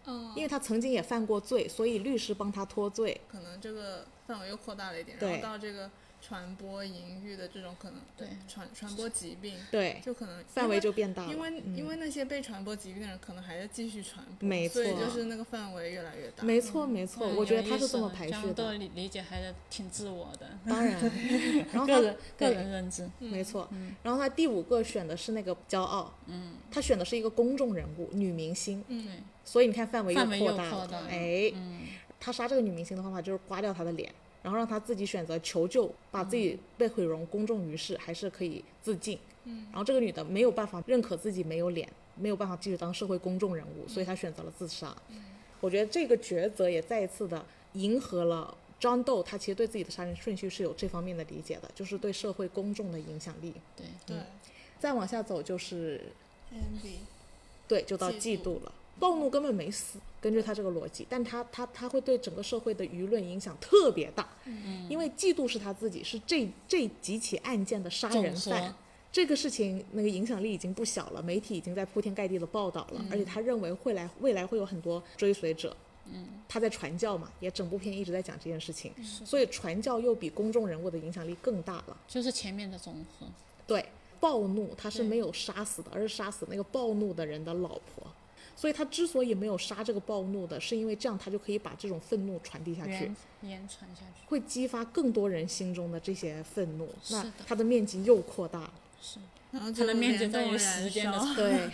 [SPEAKER 3] 嗯，
[SPEAKER 1] 因为他曾经也犯过罪，所以律师帮他脱罪，
[SPEAKER 3] 可能这个范围又扩大了一点，
[SPEAKER 1] 对
[SPEAKER 3] 然后到这个传播淫欲的这种可能，
[SPEAKER 2] 对
[SPEAKER 3] 传传播疾病，
[SPEAKER 1] 对，
[SPEAKER 3] 就可能
[SPEAKER 1] 范围就变大了，
[SPEAKER 3] 因为因为、
[SPEAKER 1] 嗯
[SPEAKER 3] 因为那些被传播疾病的人可能还在继续传播，
[SPEAKER 1] 没
[SPEAKER 3] 所以
[SPEAKER 1] 错
[SPEAKER 3] 就是那个范围越来越大，
[SPEAKER 1] 没
[SPEAKER 2] 嗯
[SPEAKER 1] 错没错，我觉得他是这么排序
[SPEAKER 2] 的，
[SPEAKER 1] 的，
[SPEAKER 2] 理理解还是挺自我的，
[SPEAKER 1] 当然， [laughs] 然后他
[SPEAKER 2] 个人
[SPEAKER 1] 对
[SPEAKER 2] 个人嗯认知，
[SPEAKER 3] 嗯
[SPEAKER 1] 没错，然后他第五个选的是那个骄傲，嗯，他选的是一个公众人物，女明星，
[SPEAKER 3] 嗯
[SPEAKER 2] 对，
[SPEAKER 1] 所以你看范围
[SPEAKER 2] 范围
[SPEAKER 1] 扩
[SPEAKER 2] 又
[SPEAKER 1] 大
[SPEAKER 2] 扩
[SPEAKER 1] 了，
[SPEAKER 2] 大了嗯
[SPEAKER 1] 哎，他杀这个女明星的方法就是刮掉她的脸，然后让她自己选择求救，把自己被毁容公众于世，还是可以自尽。嗯，然后这个女的没有办法认可自己没有脸，没有办法继续当社会公众人物，所以她选择了自杀。我觉得这个抉择也再一次的迎合了。张豆他其实对自己的杀人顺序是有这方面的理解的，就是对社会公众的影响力。
[SPEAKER 2] 对，
[SPEAKER 3] 对
[SPEAKER 1] 再往下走就是
[SPEAKER 3] ，envy，
[SPEAKER 1] 对，就到
[SPEAKER 3] 嫉
[SPEAKER 1] 嫉
[SPEAKER 3] 妒
[SPEAKER 1] 妒了。暴怒根本没死，根据他这个逻辑，但他他他会对整个社会的舆论影响特别大，嗯、因为嫉妒是他自己，是这这几起案件的杀人
[SPEAKER 2] 总和
[SPEAKER 1] 犯，这个事情那个影响力已经不小了，媒体已经在铺天盖地的报道了，而且他认为会来未来会有很多追随者，嗯，他在传教嘛，也整部片一直在讲这件事情，所以传教又比公众人物的影响力更大了。
[SPEAKER 2] 就是前面的总和，
[SPEAKER 1] 对，暴怒他是
[SPEAKER 2] 对
[SPEAKER 1] 没有杀死的，而是杀死那个暴怒的人的老婆。所以他之所以没有杀这个暴怒的，是因为这样他就可以把这种愤怒传递下去
[SPEAKER 2] 延，延传下去，
[SPEAKER 1] 会激发更多人心中的这些愤怒，
[SPEAKER 2] 是
[SPEAKER 1] 那
[SPEAKER 2] 的
[SPEAKER 1] 他的面积又扩
[SPEAKER 2] [laughs]
[SPEAKER 1] 大了。
[SPEAKER 2] 是
[SPEAKER 3] 然后
[SPEAKER 2] 它
[SPEAKER 3] 就
[SPEAKER 2] 的面积
[SPEAKER 3] 连
[SPEAKER 2] 在
[SPEAKER 3] 动
[SPEAKER 2] 于
[SPEAKER 3] 燃
[SPEAKER 2] 时间的
[SPEAKER 3] 烧，
[SPEAKER 1] 对，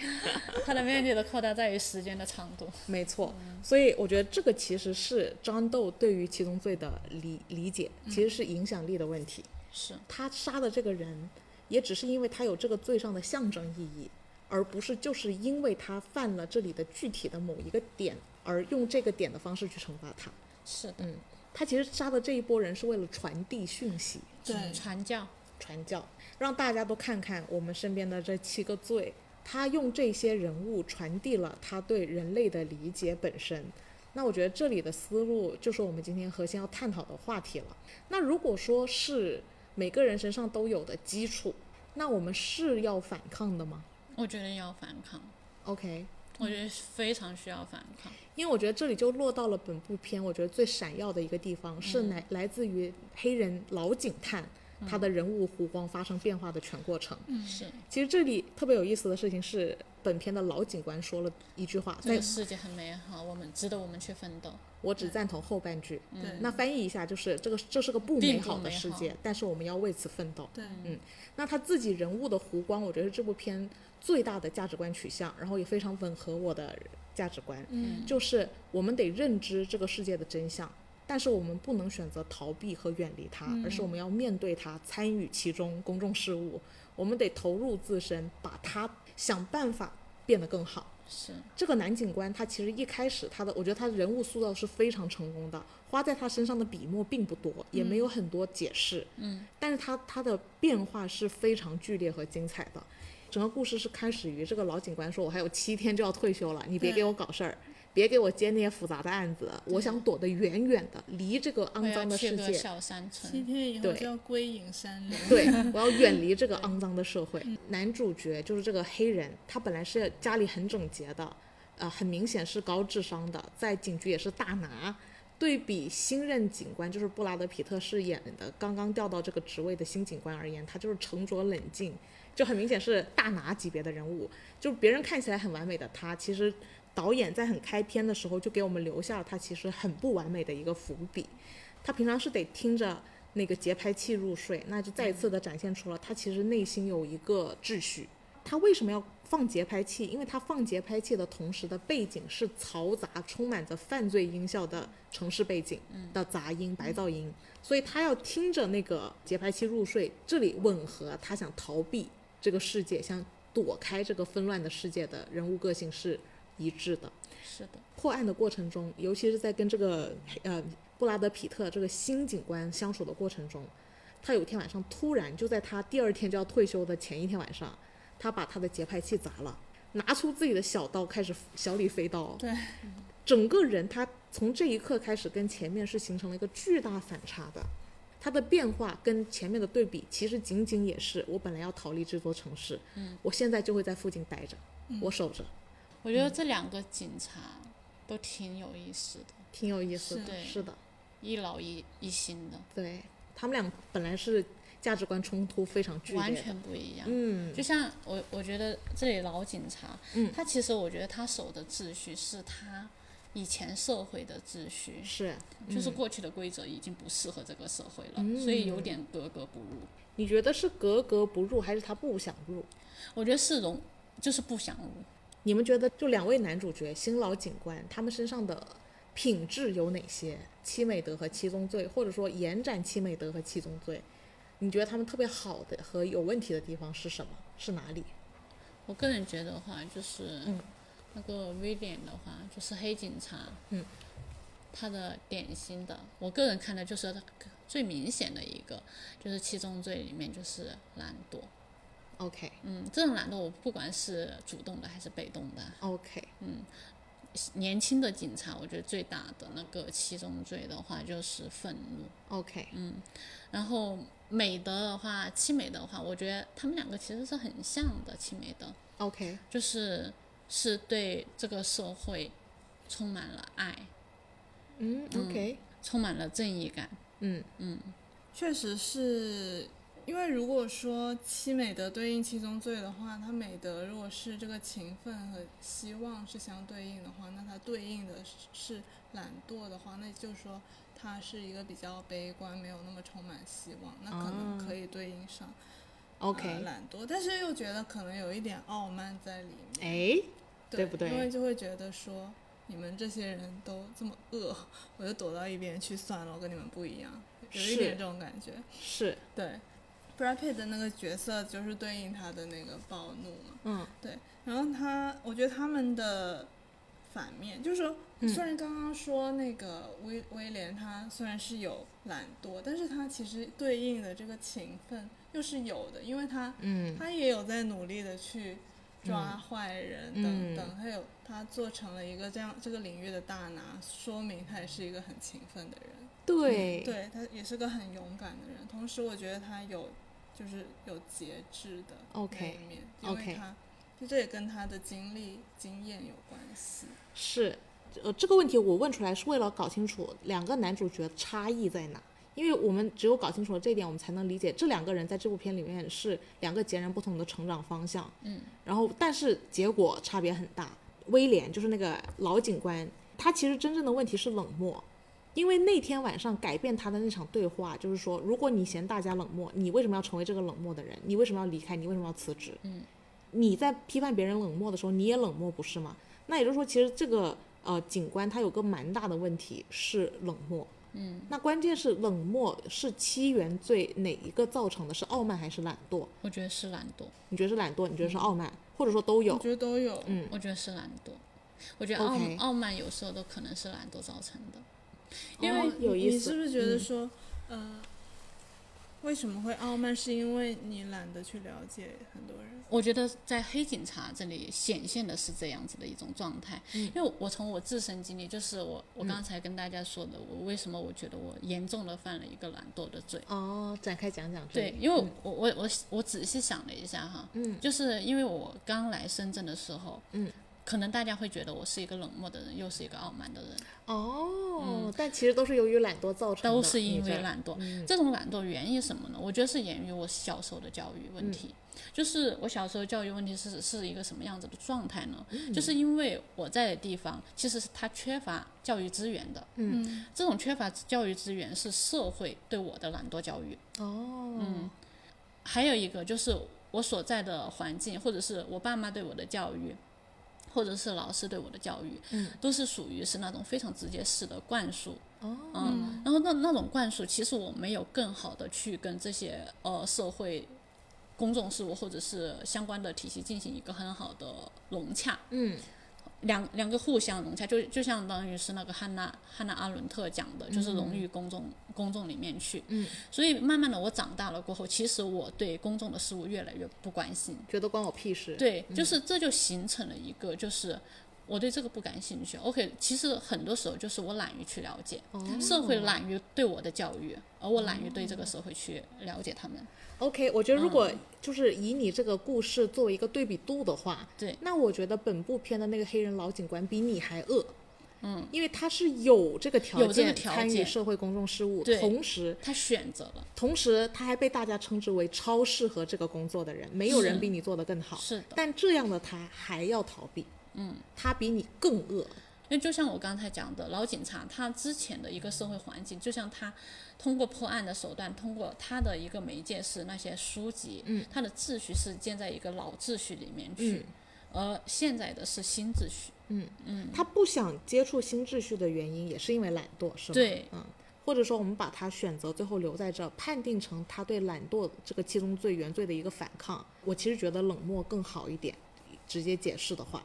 [SPEAKER 2] 它的面积的扩大在于时间的长度，
[SPEAKER 1] 没错。
[SPEAKER 2] 嗯
[SPEAKER 1] 所以我觉得这个其实是张豆对于七宗罪的理理解，其实
[SPEAKER 2] 嗯
[SPEAKER 1] 是影响力的问题。
[SPEAKER 2] 是
[SPEAKER 1] 他杀的这个人，也只是因为他有这个罪上的象征意义，而不是就是因为他犯了这里的具体的某一个点，而用这个点的方式去惩罚他。
[SPEAKER 2] 是的，
[SPEAKER 1] 嗯，他其实杀的这一波人是为了传递讯息，
[SPEAKER 3] 对
[SPEAKER 2] 传教，
[SPEAKER 1] 传教，让大家都看看我们身边的这七个罪。他用这些人物传递了他对人类的理解本身。那我觉得这里的思路就是我们今天核心要探讨的话题了。那如果说是每个人身上都有的基础，那我们是要反抗的吗
[SPEAKER 2] 我觉得要反抗，
[SPEAKER 1] ？OK，
[SPEAKER 2] 我觉得非常需要反抗。
[SPEAKER 1] 因为我觉得这里就落到了本部片我觉得最闪耀的一个地方，是来来自于黑人老警探他的人物弧光发生变化的全过程。
[SPEAKER 2] 是
[SPEAKER 1] 其实这里特别有意思的事情是，本片的老警官说了一句话，
[SPEAKER 2] 这
[SPEAKER 1] 在
[SPEAKER 2] 个世界很美好，我们值得我们去奋斗。
[SPEAKER 1] 我只赞同后半句。
[SPEAKER 3] 对
[SPEAKER 1] 嗯那翻译一下就是这个这是个不美
[SPEAKER 2] 并不
[SPEAKER 1] 好的
[SPEAKER 2] 美
[SPEAKER 1] 世
[SPEAKER 2] 好
[SPEAKER 1] 界，但是我们要为此奋斗。
[SPEAKER 3] 对，
[SPEAKER 2] 嗯
[SPEAKER 1] 那他自己人物的弧光，我觉得是这部片最大的价值观取向，然后也非常吻合我的价值观，
[SPEAKER 3] 嗯，
[SPEAKER 1] 就是我们得认知这个世界的真相，但是我们不能选择逃避和远离它，
[SPEAKER 2] 嗯
[SPEAKER 1] 而是我们要面对它，参与其中公众事务，我们得投入自身，把它想办法变得更好。
[SPEAKER 2] 是
[SPEAKER 1] 这个男警官他其实一开始他的，我觉得他人物塑造是非常成功的，花在他身上的笔墨并不多，也没有很多解释，嗯，但是他他的变化是非常剧烈和精彩的。整个故事是开始于这个老警官说：“我还有七天就要退休了，你别
[SPEAKER 3] 对
[SPEAKER 1] 给我搞事儿，别给我接那些复杂的案子，我想躲得远远的，离这个
[SPEAKER 2] 我
[SPEAKER 1] 肮
[SPEAKER 2] 要
[SPEAKER 1] 脏的
[SPEAKER 2] 啊去
[SPEAKER 1] 世
[SPEAKER 2] 个
[SPEAKER 1] 界。”
[SPEAKER 2] 小山
[SPEAKER 3] 七
[SPEAKER 2] 村，
[SPEAKER 3] 天以后
[SPEAKER 1] 对
[SPEAKER 3] 就要归隐山林，
[SPEAKER 1] 对，我要远离这个肮脏的社会。男主角就是这个黑人，他本来是家里很整洁的，呃，很明显是高智商的，在警局也是大拿。对比新任警官，就是布拉德·皮特饰演的刚刚调到这个职位的新警官而言，他就是沉着冷静，就很明显是大拿级别的人物。就别人看起来很完美的他，其实导演在很开篇的时候就给我们留下了他其实很不完美的一个伏笔。他平常是得听着那个节拍器入睡，那就再一次的展现出了他其实内心有一个秩序。他为什么要放节拍器？因为他放节拍器的同时的背景是嘈杂、充满着犯罪音效的城市背景的杂音、白噪音，所以他要听着那个节拍器入睡。这里吻合他想逃避这个世界，想躲开这个纷乱的世界的人物个性是一致的。
[SPEAKER 2] 是的，
[SPEAKER 1] 破案的过程中，尤其是在跟这个呃布拉德皮特这个新警官相处的过程中，他有一天晚上突然就在他第二天就要退休的前一天晚上，他把他的节拍器砸了，拿出自己的小刀开始小李飞刀，
[SPEAKER 3] 对，
[SPEAKER 1] 整个人他从这一刻开始跟前面是形成了一个巨大反差的。他的变化跟前面的对比，其实仅仅也是我本来要逃离这座城市，嗯，我现在就会在附近待着，
[SPEAKER 3] 嗯
[SPEAKER 1] 我守着，
[SPEAKER 2] 我觉得这两个警察都挺有意思的，
[SPEAKER 1] 挺有意思
[SPEAKER 3] 是
[SPEAKER 1] 的，
[SPEAKER 2] 对
[SPEAKER 1] 是的。
[SPEAKER 2] 一老一一新的，
[SPEAKER 1] 对他们俩本来是价值观冲突非常剧
[SPEAKER 2] 完
[SPEAKER 1] 烈的，
[SPEAKER 2] 全不一样。
[SPEAKER 1] 嗯，
[SPEAKER 2] 就像我，我觉得这里老警察，
[SPEAKER 1] 嗯
[SPEAKER 2] 他其实我觉得他守的秩序是他以前社会的秩序，
[SPEAKER 1] 是。
[SPEAKER 2] 就是过去的规则已经不适合这个社会了，
[SPEAKER 1] 嗯
[SPEAKER 2] 所以有点格格不入。
[SPEAKER 1] 你觉得是格格不入，还是他不想入？
[SPEAKER 2] 我觉得是容，就是不想入。
[SPEAKER 1] 你们觉得就两位男主角新老警官他们身上的品质有哪些？七美德和七宗罪，或者说延展七美德和七宗罪，你觉得他们特别好的和有问题的地方是什么？是哪里？
[SPEAKER 2] 我个人觉得的话，就是、那个威廉的话，就是黑警察，
[SPEAKER 1] 嗯，
[SPEAKER 2] 他的典型的，我个人看的就是他最明显的一个，就是七宗罪里面就是懒惰。
[SPEAKER 1] OK
[SPEAKER 2] 嗯，这种懒惰，我不管是主动的还是被动的，
[SPEAKER 1] OK，
[SPEAKER 2] 年轻的警察，我觉得最大的那个七宗罪的话就是愤怒。
[SPEAKER 1] OK，
[SPEAKER 2] 然后美德的话，七美的话，我觉得他们两个其实是很像的。七美德
[SPEAKER 1] OK，
[SPEAKER 2] 就是是对这个社会充满了爱，
[SPEAKER 1] 嗯，OK，
[SPEAKER 2] 充满了正义感。
[SPEAKER 1] 嗯
[SPEAKER 3] 确实是因为如果说七美德对应七宗罪的话，它美德如果是这个勤奋和希望是相对应的话，那它对应的是是懒惰的话，那就是说它是一个比较悲观，没有那么充满希望，那可能
[SPEAKER 1] 啊
[SPEAKER 3] 可以对应上、呃
[SPEAKER 1] ，OK，
[SPEAKER 3] 懒惰，但是又觉得可能有一点傲慢在里面，
[SPEAKER 1] 哎，对
[SPEAKER 3] 对
[SPEAKER 1] 不对
[SPEAKER 3] 因为就会觉得说。你们这些人都这么恶，我就躲到一边去算了，我跟你们不一样，有一
[SPEAKER 1] 是
[SPEAKER 3] 点这种感觉。
[SPEAKER 1] 是，
[SPEAKER 3] 对，Brad Pitt 的那个角色就是对应他的那个暴怒嘛。
[SPEAKER 1] 嗯
[SPEAKER 3] 对，然后他，我觉得他们的反面，就是说，虽然刚刚说那个威威廉他虽然是有懒惰，但是他其实对应的这个勤奋又是有的，因为他
[SPEAKER 1] 嗯
[SPEAKER 3] 他也有在努力的去抓坏人等
[SPEAKER 1] 嗯
[SPEAKER 3] 等，他有他做成了一个这样这个领域的大拿，说明他也是一个很勤奋的人。
[SPEAKER 1] 对，
[SPEAKER 3] 对他也是个很勇敢的人，同时我觉得他有就是有节制的
[SPEAKER 1] OK，
[SPEAKER 3] 那一面因为
[SPEAKER 1] OK
[SPEAKER 3] 他就这也跟他的经历经验有关系。
[SPEAKER 1] 是，呃，这个问题我问出来是为了搞清楚两个男主角差异在哪，因为我们只有搞清楚了这一点，我们才能理解这两个人在这部片里面是两个截然不同的成长方向。
[SPEAKER 2] 嗯，
[SPEAKER 1] 然后但是结果差别很大。威廉就是那个老警官，他其实真正的问题是冷漠。因为那天晚上改变他的那场对话，就是说，如果你嫌大家冷漠，你为什么要成为这个冷漠的人？你为什么要离开？你为什么要辞职？
[SPEAKER 2] 嗯，
[SPEAKER 1] 你在批判别人冷漠的时候，你也冷漠，不是吗？那也就是说，其实这个呃警官他有个蛮大的问题是冷漠。
[SPEAKER 2] 嗯，
[SPEAKER 1] 那关键是冷漠是七原罪哪一个造成的？是傲慢还是懒惰？
[SPEAKER 2] 我觉得是懒惰，
[SPEAKER 1] 你觉得是懒惰？你
[SPEAKER 2] 嗯
[SPEAKER 1] 觉得是傲慢？或者说都有
[SPEAKER 3] 我？觉得都有，嗯，
[SPEAKER 2] 我觉得是懒惰，我觉得傲
[SPEAKER 1] OK
[SPEAKER 2] 傲慢有时候都可能是懒惰造成的，因
[SPEAKER 1] 哦
[SPEAKER 2] 为
[SPEAKER 1] 有意
[SPEAKER 3] 你是
[SPEAKER 1] 思。嗯
[SPEAKER 3] 不是觉得说，呃，为什么会傲慢？是因为你懒得去了解很多人。
[SPEAKER 2] 我觉得在黑警察这里显现的是这样子的一种状态，
[SPEAKER 1] 嗯
[SPEAKER 2] 因为我从我自身经历，就是我我刚才跟大家说的，我为什么我觉得我严重的犯了一个懒惰的罪。
[SPEAKER 1] 哦，展开讲讲。
[SPEAKER 2] 嗯对，，因为我、我我我仔细想了一下哈，
[SPEAKER 1] 嗯，
[SPEAKER 2] 就是因为我刚来深圳的时候，
[SPEAKER 1] 嗯，
[SPEAKER 2] 可能大家会觉得我是一个冷漠的人，又是一个傲慢的人，
[SPEAKER 1] 嗯哦，但其实都是由于懒惰造成的，
[SPEAKER 2] 嗯都是因
[SPEAKER 1] 你觉嗯
[SPEAKER 2] 为
[SPEAKER 1] 得。
[SPEAKER 2] 懒惰。这种懒惰源于什么呢？我觉得是源于我小时候的教育
[SPEAKER 1] 嗯
[SPEAKER 2] 问题。就是我小时候教育问题是是一个什么样子的状态呢？
[SPEAKER 1] 嗯
[SPEAKER 2] 就是因为我在的地方其实是它缺乏教育资源的。嗯，这种缺乏教育资源是社会对我的懒惰教育。
[SPEAKER 1] 哦，
[SPEAKER 2] 嗯还有一个就是我所在的环境，或者是我爸妈对我的教育，或者是老师对我的教育，嗯、都是属于是那种非常直接式的灌输。
[SPEAKER 1] 哦
[SPEAKER 2] 嗯，然后那那种灌输，其实我没有更好的去跟这些呃社会公众事务或者是相关的体系进行一个很好的融洽。
[SPEAKER 1] 嗯，
[SPEAKER 2] 两两个互相融洽，就就相当于是那个汉娜汉娜阿伦特讲的，就是融于公众、公众里面去。
[SPEAKER 1] 嗯，
[SPEAKER 2] 所以慢慢的我长大了过后，其实我对公众的事物越来越不关心。
[SPEAKER 1] 觉得关我屁事。，
[SPEAKER 2] 对，就是这就形成了一个就是。我对这个不感兴趣。OK，其实很多时候就是我懒于去了解，社会懒于对我的教育，而我懒于对这个社会去了解他们。
[SPEAKER 1] OK，我觉得如果
[SPEAKER 2] 嗯
[SPEAKER 1] 就是以你这个故事作为一个对比度的话，
[SPEAKER 2] 对
[SPEAKER 1] 那我觉得本部片的那个黑人老警官比你还恶。嗯，因为他是有这个条
[SPEAKER 2] 有这个
[SPEAKER 1] 件
[SPEAKER 2] 条
[SPEAKER 1] 参与
[SPEAKER 2] 件
[SPEAKER 1] 社会公众事务，
[SPEAKER 2] 对
[SPEAKER 1] 同时
[SPEAKER 2] 他选择了，
[SPEAKER 1] 同时他还被大家称之为超适合这个工作的人，没有人
[SPEAKER 2] 是
[SPEAKER 1] 比你做得更好。
[SPEAKER 2] 是的。
[SPEAKER 1] 但这样的他还要逃避，嗯，他比你更恶，
[SPEAKER 2] 因为就像我刚才讲的，老警察他之前的一个社会环境，就像他通过破案的手段，通过他的一个媒介是那些书籍，嗯，他的秩序是建在一个老秩序里面去，而现在的是新秩序，嗯
[SPEAKER 1] 他不想接触新秩序的原因也是因为懒惰，是吗？
[SPEAKER 2] 对
[SPEAKER 1] 嗯，或者说我们把他选择最后留在这儿，判定成他对懒惰这个七宗罪原罪的一个反抗。我其实觉得冷漠更好一点，直接解释的话，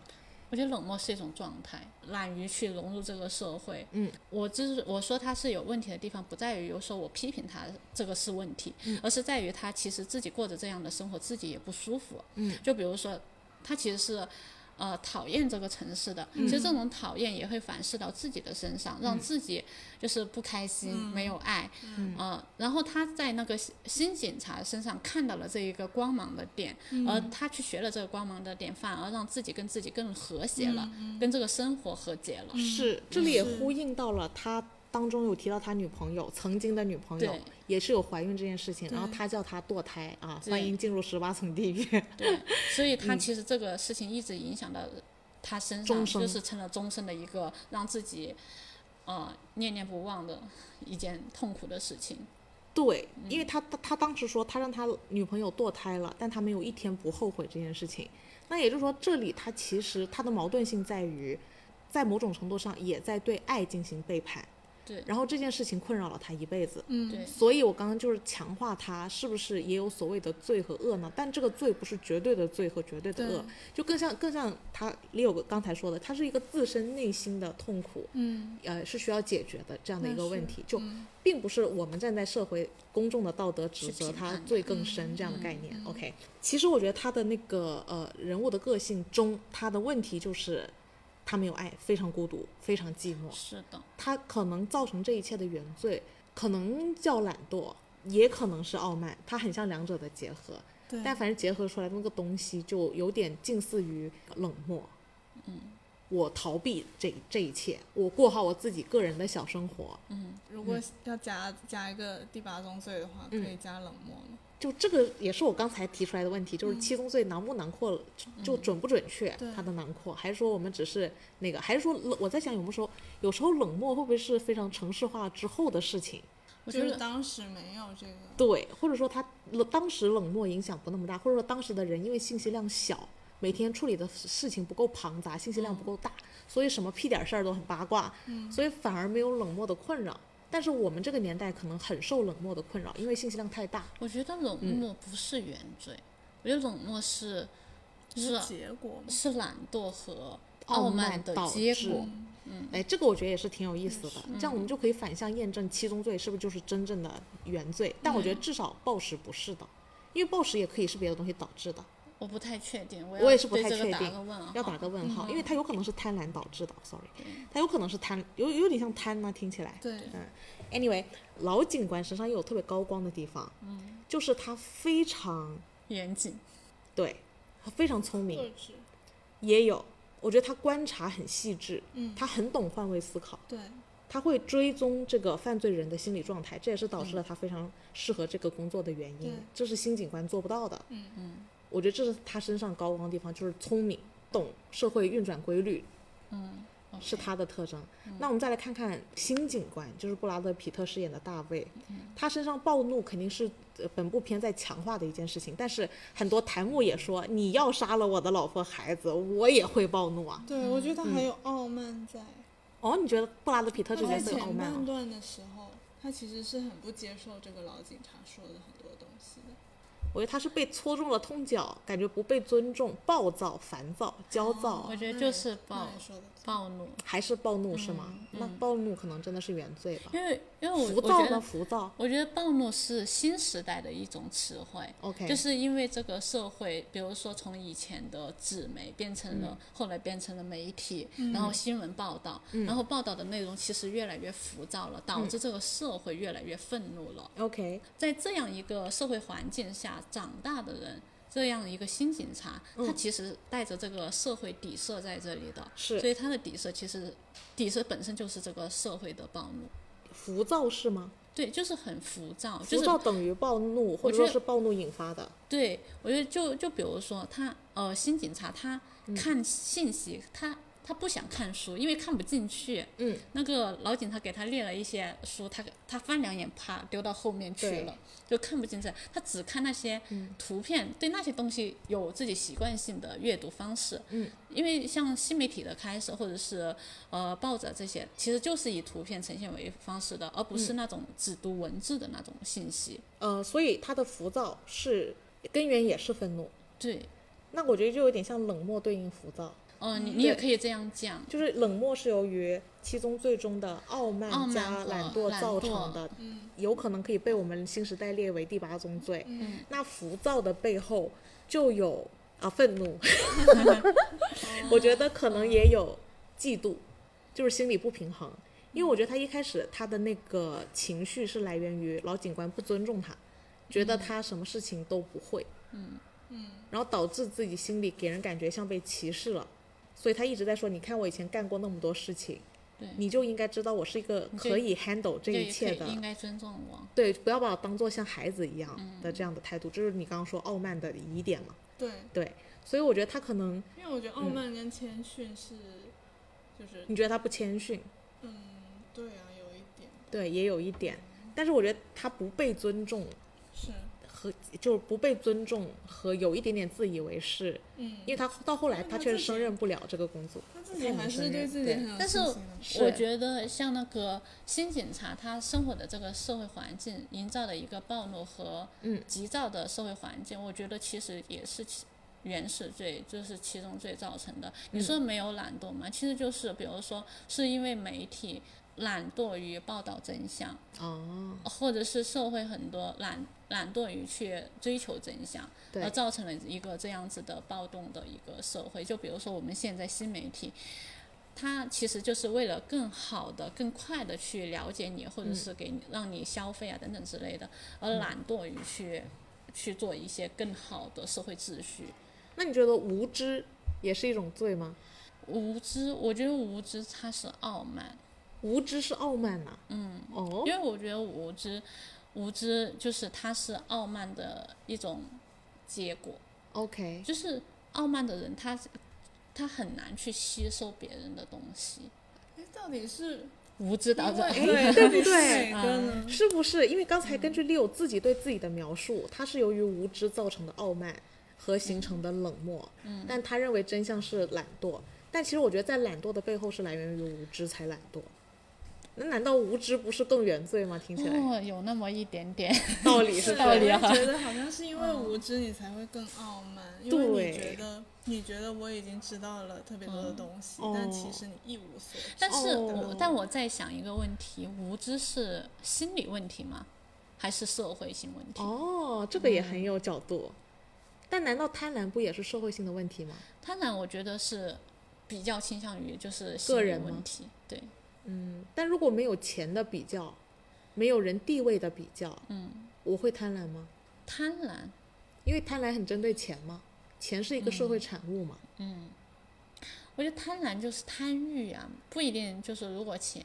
[SPEAKER 2] 我觉得冷漠是一种状态，懒于去融入这个社会。嗯，我就是我说他是有问题的地方，不在于有时候我批评他这个是问题，而是在于他其实自己过着这样的生活，自己也不舒服。嗯，就比如说他其实是。呃，讨厌这个城市的，其实这种讨厌也会反噬到自己的身上，让自己就是不开心、没有爱，嗯、呃，然后他在那个新新警察身上看到了这一个光芒的点，而他去学了这个光芒的点，反而让自己跟自己更和谐了，跟这个生活和解了。
[SPEAKER 1] 是这里也
[SPEAKER 3] 是
[SPEAKER 1] 呼应到了他当中有提到他女朋友曾经的女朋友
[SPEAKER 2] 对
[SPEAKER 1] 也是有怀孕这件事情，然后他叫她堕胎啊，欢迎进入十八层地狱。
[SPEAKER 2] 对，所以他其实这个事情一直影响到他身
[SPEAKER 1] 嗯
[SPEAKER 2] 上，
[SPEAKER 1] 终生
[SPEAKER 2] 就是成了终身的一个让自己呃念念不忘的一件痛苦的事情。
[SPEAKER 1] 对，因为他他他当时说他让他女朋友堕胎了，但他没有一天不后悔这件事情。那也就是说，这里他其实他的矛盾性在于，在某种程度上也在对爱进行背叛。
[SPEAKER 2] 对
[SPEAKER 1] 然后这件事情困扰了他一辈子。
[SPEAKER 3] 嗯，
[SPEAKER 2] 对，
[SPEAKER 1] 所以我刚刚就是强化他是不是也有所谓的罪和恶呢？但这个罪不是绝对的罪和绝对的
[SPEAKER 3] 对
[SPEAKER 1] 恶，就更像更像他也有刚才说的，他是一个自身内心的痛苦，
[SPEAKER 3] 嗯，
[SPEAKER 1] 呃，是需要解决的这样的一
[SPEAKER 3] 那
[SPEAKER 1] 个
[SPEAKER 3] 是
[SPEAKER 1] 问题，就
[SPEAKER 3] 嗯
[SPEAKER 1] 并不是我们站在社会公众的道德指
[SPEAKER 2] 去
[SPEAKER 1] 责
[SPEAKER 2] 评
[SPEAKER 1] 他
[SPEAKER 2] 判
[SPEAKER 1] 罪更深
[SPEAKER 3] 嗯
[SPEAKER 1] 这样的概念。OK，其实我觉得他的那个呃人物的个性中，他的问题就是他没有爱，非常孤独，非常寂寞。
[SPEAKER 2] 是的，
[SPEAKER 1] 他可能造成这一切的原罪，可能叫懒惰，也可能是傲慢，它很像两者的结合。
[SPEAKER 3] 对，
[SPEAKER 1] 但反正结合出来的那个东西，就有点近似于冷漠。
[SPEAKER 2] 嗯，
[SPEAKER 1] 我逃避这这一切，我过好我自己个人的小生活。
[SPEAKER 2] 嗯，
[SPEAKER 3] 如果要加加一个第八宗罪的话，可
[SPEAKER 1] 嗯
[SPEAKER 3] 以加冷漠了。
[SPEAKER 1] 就这个也是我刚才提出来的问题，就是
[SPEAKER 3] 嗯
[SPEAKER 1] 七宗罪囊不囊括，就就准不准确
[SPEAKER 3] 对，
[SPEAKER 1] 它的囊括，还是说我们只是那个，还是说冷我在想有没有时候，有时候冷漠会不会是非常城市化之后的事情？
[SPEAKER 2] 我觉
[SPEAKER 3] 就
[SPEAKER 2] 得
[SPEAKER 3] 是当时没有这个，
[SPEAKER 1] 对，或者说他冷当时冷漠影响不那么大，或者说当时的人因为信息量小，每天处理的事情不够庞杂，信息量不够大，所以什么屁点儿事儿都很八卦，所以反而没有冷漠的困扰。但是我们这个年代可能很受冷漠的困扰，因为信息量太大。
[SPEAKER 2] 我觉得冷
[SPEAKER 1] 嗯
[SPEAKER 2] 漠不是原罪，我觉得冷漠是是啊
[SPEAKER 3] 结果嘛。
[SPEAKER 2] 是懒惰和
[SPEAKER 1] 傲
[SPEAKER 2] 慢
[SPEAKER 1] 慢
[SPEAKER 2] 的
[SPEAKER 1] 导
[SPEAKER 2] 结
[SPEAKER 1] 致
[SPEAKER 2] 果。
[SPEAKER 1] 哎，这个我觉得也是挺有意思的，这样我们就可以反向验证七宗罪是不是就是真正的原罪。但我觉得至少暴食不是的，因为暴食也可以是别的东西导致的。
[SPEAKER 2] 我不太确定，我
[SPEAKER 1] 我也
[SPEAKER 2] 要
[SPEAKER 1] 是不
[SPEAKER 2] 对
[SPEAKER 1] 太
[SPEAKER 2] 这
[SPEAKER 1] 确
[SPEAKER 2] 个打
[SPEAKER 1] 定
[SPEAKER 2] 个问号。
[SPEAKER 1] 要打个问
[SPEAKER 3] 嗯
[SPEAKER 1] 号，因为它有可能是贪婪导致的。Sorry，它有可能是贪，有有点像贪呢、听起来。
[SPEAKER 3] 对，
[SPEAKER 1] Anyway，老警官身上也有特别高光的地方，嗯，就是他非常
[SPEAKER 2] 严谨，
[SPEAKER 1] 对，他非常聪明，
[SPEAKER 3] 克制，
[SPEAKER 1] 也有，我觉得他观察很细致，
[SPEAKER 3] 嗯
[SPEAKER 1] 他很懂换位思考，
[SPEAKER 3] 对，
[SPEAKER 1] 他会追踪这个犯罪人的心理状态，这也是导致了他非常适合这个工作的原因，
[SPEAKER 3] 嗯对
[SPEAKER 1] 这是新警官做不到的。
[SPEAKER 3] 嗯
[SPEAKER 1] 嗯，我觉得这是他身上高光的地方，就是聪明，懂社会运转规律，
[SPEAKER 2] OK
[SPEAKER 1] 是他的特征。
[SPEAKER 2] 嗯
[SPEAKER 1] 那我们再来看看新警官，就是布拉德皮特饰演的大卫，
[SPEAKER 2] 嗯
[SPEAKER 1] 他身上暴怒肯定是呃本部片在强化的一件事情，但是很多弹幕也说，你要杀了我的老婆孩子，我也会暴怒啊。
[SPEAKER 3] 对，我觉得他还有傲慢在。
[SPEAKER 1] 哦，你觉得布拉德皮特
[SPEAKER 3] 他
[SPEAKER 1] 这
[SPEAKER 2] 哦
[SPEAKER 1] 角
[SPEAKER 3] 在
[SPEAKER 1] 色有傲
[SPEAKER 3] 前
[SPEAKER 1] 慢啊
[SPEAKER 3] 半
[SPEAKER 1] 吗？
[SPEAKER 3] 段的时候，他其实是很不接受这个老警察说的很多东西的。
[SPEAKER 1] 我觉得他是被戳中了痛脚，感觉不被尊重，暴躁、烦躁、焦躁
[SPEAKER 2] 哦我，觉得
[SPEAKER 3] 那
[SPEAKER 2] 就
[SPEAKER 3] 也
[SPEAKER 2] 是暴
[SPEAKER 3] 那也说的
[SPEAKER 2] 暴怒，
[SPEAKER 1] 还是暴怒是吗？那暴怒可能真的是原罪吧。
[SPEAKER 2] 嗯因为因为我
[SPEAKER 1] 浮
[SPEAKER 2] 我
[SPEAKER 1] 躁
[SPEAKER 2] 觉
[SPEAKER 1] 呢？
[SPEAKER 2] 得
[SPEAKER 1] 浮躁。
[SPEAKER 2] 我觉得暴怒是新时代的一种词汇。
[SPEAKER 1] OK，
[SPEAKER 2] 就是因为这个社会，比如说从以前的纸媒变成
[SPEAKER 1] 嗯
[SPEAKER 2] 了，后来变成了媒体，然后新闻报道，
[SPEAKER 1] 嗯
[SPEAKER 2] 然后报道的内容其实越来越浮躁了，导致这个社会越来越愤怒了。
[SPEAKER 1] OK，
[SPEAKER 2] 在这样一个社会环境下长大的人，这样一个新警察，他
[SPEAKER 1] 嗯
[SPEAKER 2] 其实带着这个社会底色在这里的，
[SPEAKER 1] 是
[SPEAKER 2] 所以他的底色其实底色本身就是这个社会的暴怒，
[SPEAKER 1] 浮躁是吗？
[SPEAKER 2] 对，就是很浮躁，就
[SPEAKER 1] 浮
[SPEAKER 2] 是
[SPEAKER 1] 躁等于暴怒，或者
[SPEAKER 2] 觉
[SPEAKER 1] 说
[SPEAKER 2] 得
[SPEAKER 1] 是暴怒引发的。
[SPEAKER 2] 对我觉得就就比如说他呃新警察他看信息、他。他不想看书，因为看不进去。
[SPEAKER 1] 嗯，
[SPEAKER 2] 那个老警察给他列了一些书，他他翻两眼，啪丢到后面去
[SPEAKER 1] 对
[SPEAKER 2] 了，就看不进去。他只看那些图片，对那些东西有自己习惯性的阅读方式。嗯，因为像新媒体的开始，或者是呃报纸这些，其实就是以图片呈现为方式的，而不是那种只读文字的那种信息。
[SPEAKER 1] 呃，所以他的浮躁是根源也是愤怒。
[SPEAKER 2] 对，
[SPEAKER 1] 那我觉得就有点像冷漠对应浮躁，
[SPEAKER 2] 嗯，你你也可以这样讲，
[SPEAKER 1] 就是冷漠是由于七宗罪中的傲慢
[SPEAKER 2] 傲慢
[SPEAKER 1] 加
[SPEAKER 2] 和
[SPEAKER 1] 懒惰
[SPEAKER 2] 懒
[SPEAKER 1] 造
[SPEAKER 2] 惰
[SPEAKER 1] 成的，
[SPEAKER 3] 嗯
[SPEAKER 1] 有可能可以被我们新时代列为第八宗罪。
[SPEAKER 3] 嗯，
[SPEAKER 1] 那浮躁的背后就有啊愤
[SPEAKER 2] [laughs]
[SPEAKER 1] 怒，我觉得可能也有嫉妒，就是心理不平衡。因为我觉得他一开始他的那个情绪是来源于老警官不尊重他，觉
[SPEAKER 2] 嗯
[SPEAKER 1] 得他什么事情都不会，
[SPEAKER 3] 嗯，
[SPEAKER 1] 然后导致自己心里给人感觉像被歧视了，所以他一直在说：“你看我以前干过那么多事情，
[SPEAKER 2] 对
[SPEAKER 1] 你就应该知道我是一个
[SPEAKER 2] 你就
[SPEAKER 1] 可以 handle 这
[SPEAKER 2] 就
[SPEAKER 1] 一切
[SPEAKER 2] 可
[SPEAKER 1] 的
[SPEAKER 2] 以应嗯该尊重我。
[SPEAKER 1] 对，不要把我当做像孩子一样的这样的态度，这是你刚刚说傲慢的疑点嘛？
[SPEAKER 3] 对，
[SPEAKER 1] 对，所以我觉得他可能，
[SPEAKER 3] 因为我觉得傲慢跟谦逊是，就是
[SPEAKER 1] 你觉得他不谦逊，
[SPEAKER 3] 嗯，对啊，有一点
[SPEAKER 1] 对，也有一点，但是我觉得他不被尊重
[SPEAKER 3] 是
[SPEAKER 1] 和就是不被尊重和有一点点自以为是，
[SPEAKER 3] 嗯，
[SPEAKER 1] 因为他到后来
[SPEAKER 3] 因为他
[SPEAKER 1] 他确实
[SPEAKER 3] 自己
[SPEAKER 1] 胜任不了这个工作。
[SPEAKER 3] 他自己还是对自己很有
[SPEAKER 2] 但是
[SPEAKER 3] 信心的。
[SPEAKER 1] 是
[SPEAKER 2] 我觉得像那个新警察，他生活的这个社会环境营造的一个暴怒和
[SPEAKER 1] 嗯
[SPEAKER 2] 急躁的社会环境，我觉得其实也是其原始罪，就是其中罪造成的。
[SPEAKER 1] 嗯
[SPEAKER 2] 你说没有懒惰吗？其实就是比如说是因为媒体懒惰于报道真相，
[SPEAKER 1] 哦，
[SPEAKER 2] 或者是社会很多懒懒惰于去追求真相，
[SPEAKER 1] 对
[SPEAKER 2] 而造成了一个这样子的暴动的一个社会。就比如说我们现在新媒体，它其实就是为了更好的、更快的去了解你，或者
[SPEAKER 1] 嗯
[SPEAKER 2] 是给你让你消费啊等等之类的，而懒惰于去去做一些更好的社会秩序。
[SPEAKER 1] 那你觉得无知也是一种罪吗？
[SPEAKER 2] 无知，我觉得无知它是傲慢，
[SPEAKER 1] 无知是傲慢呐、嗯，哦，
[SPEAKER 2] 因为我觉得无知，无知就是它是傲慢的一种结果。
[SPEAKER 1] OK，
[SPEAKER 2] 就是傲慢的人他，他很难去吸收别人的东西，
[SPEAKER 3] 哎，到底是
[SPEAKER 2] 无知导
[SPEAKER 3] 因
[SPEAKER 2] 致 [laughs] 傲
[SPEAKER 3] 为
[SPEAKER 2] 慢。
[SPEAKER 1] 对不
[SPEAKER 3] 对到底是
[SPEAKER 1] 对
[SPEAKER 3] 哪个
[SPEAKER 2] 嗯
[SPEAKER 3] 呢？
[SPEAKER 1] 是不是？因为刚才根据 Leo 自己对自己的描述，他是由于无知造成的傲慢和形成的冷漠，嗯，但他认为真相是懒惰，但其实我觉得在懒惰的背后是来源于无知才懒惰。那难道无知不是更原罪吗？听起来、
[SPEAKER 2] 哦，有那么一点点，
[SPEAKER 1] 道理啊嗯是
[SPEAKER 3] 是
[SPEAKER 1] 这
[SPEAKER 2] 道
[SPEAKER 1] 样
[SPEAKER 2] 理
[SPEAKER 3] 我也
[SPEAKER 2] 哈
[SPEAKER 3] 觉得好像是因为无知你才会更傲慢，因为你觉得你觉得我已经知道了特别多的东西，
[SPEAKER 1] 嗯
[SPEAKER 3] 但
[SPEAKER 1] 哦
[SPEAKER 3] 其实你一无所知。
[SPEAKER 2] 但是我、
[SPEAKER 1] 哦
[SPEAKER 2] 但我在想一个问题：无知是心理问题吗？还是社会性问题？
[SPEAKER 1] 哦，这个也很有角度。但难道贪婪不也是社会性的问题吗？
[SPEAKER 2] 当然，我觉得是比较倾向于就是心
[SPEAKER 1] 个
[SPEAKER 2] 理
[SPEAKER 1] 人吗
[SPEAKER 2] 问题，对，
[SPEAKER 1] 嗯，但如果没有钱的比较，没有人地位的比较，嗯，我会贪婪吗？
[SPEAKER 2] 贪婪。
[SPEAKER 1] 因为贪婪很针对钱嘛，钱是一个社会产物嘛。
[SPEAKER 2] 我觉得贪婪就是贪欲啊，不一定就是如果钱，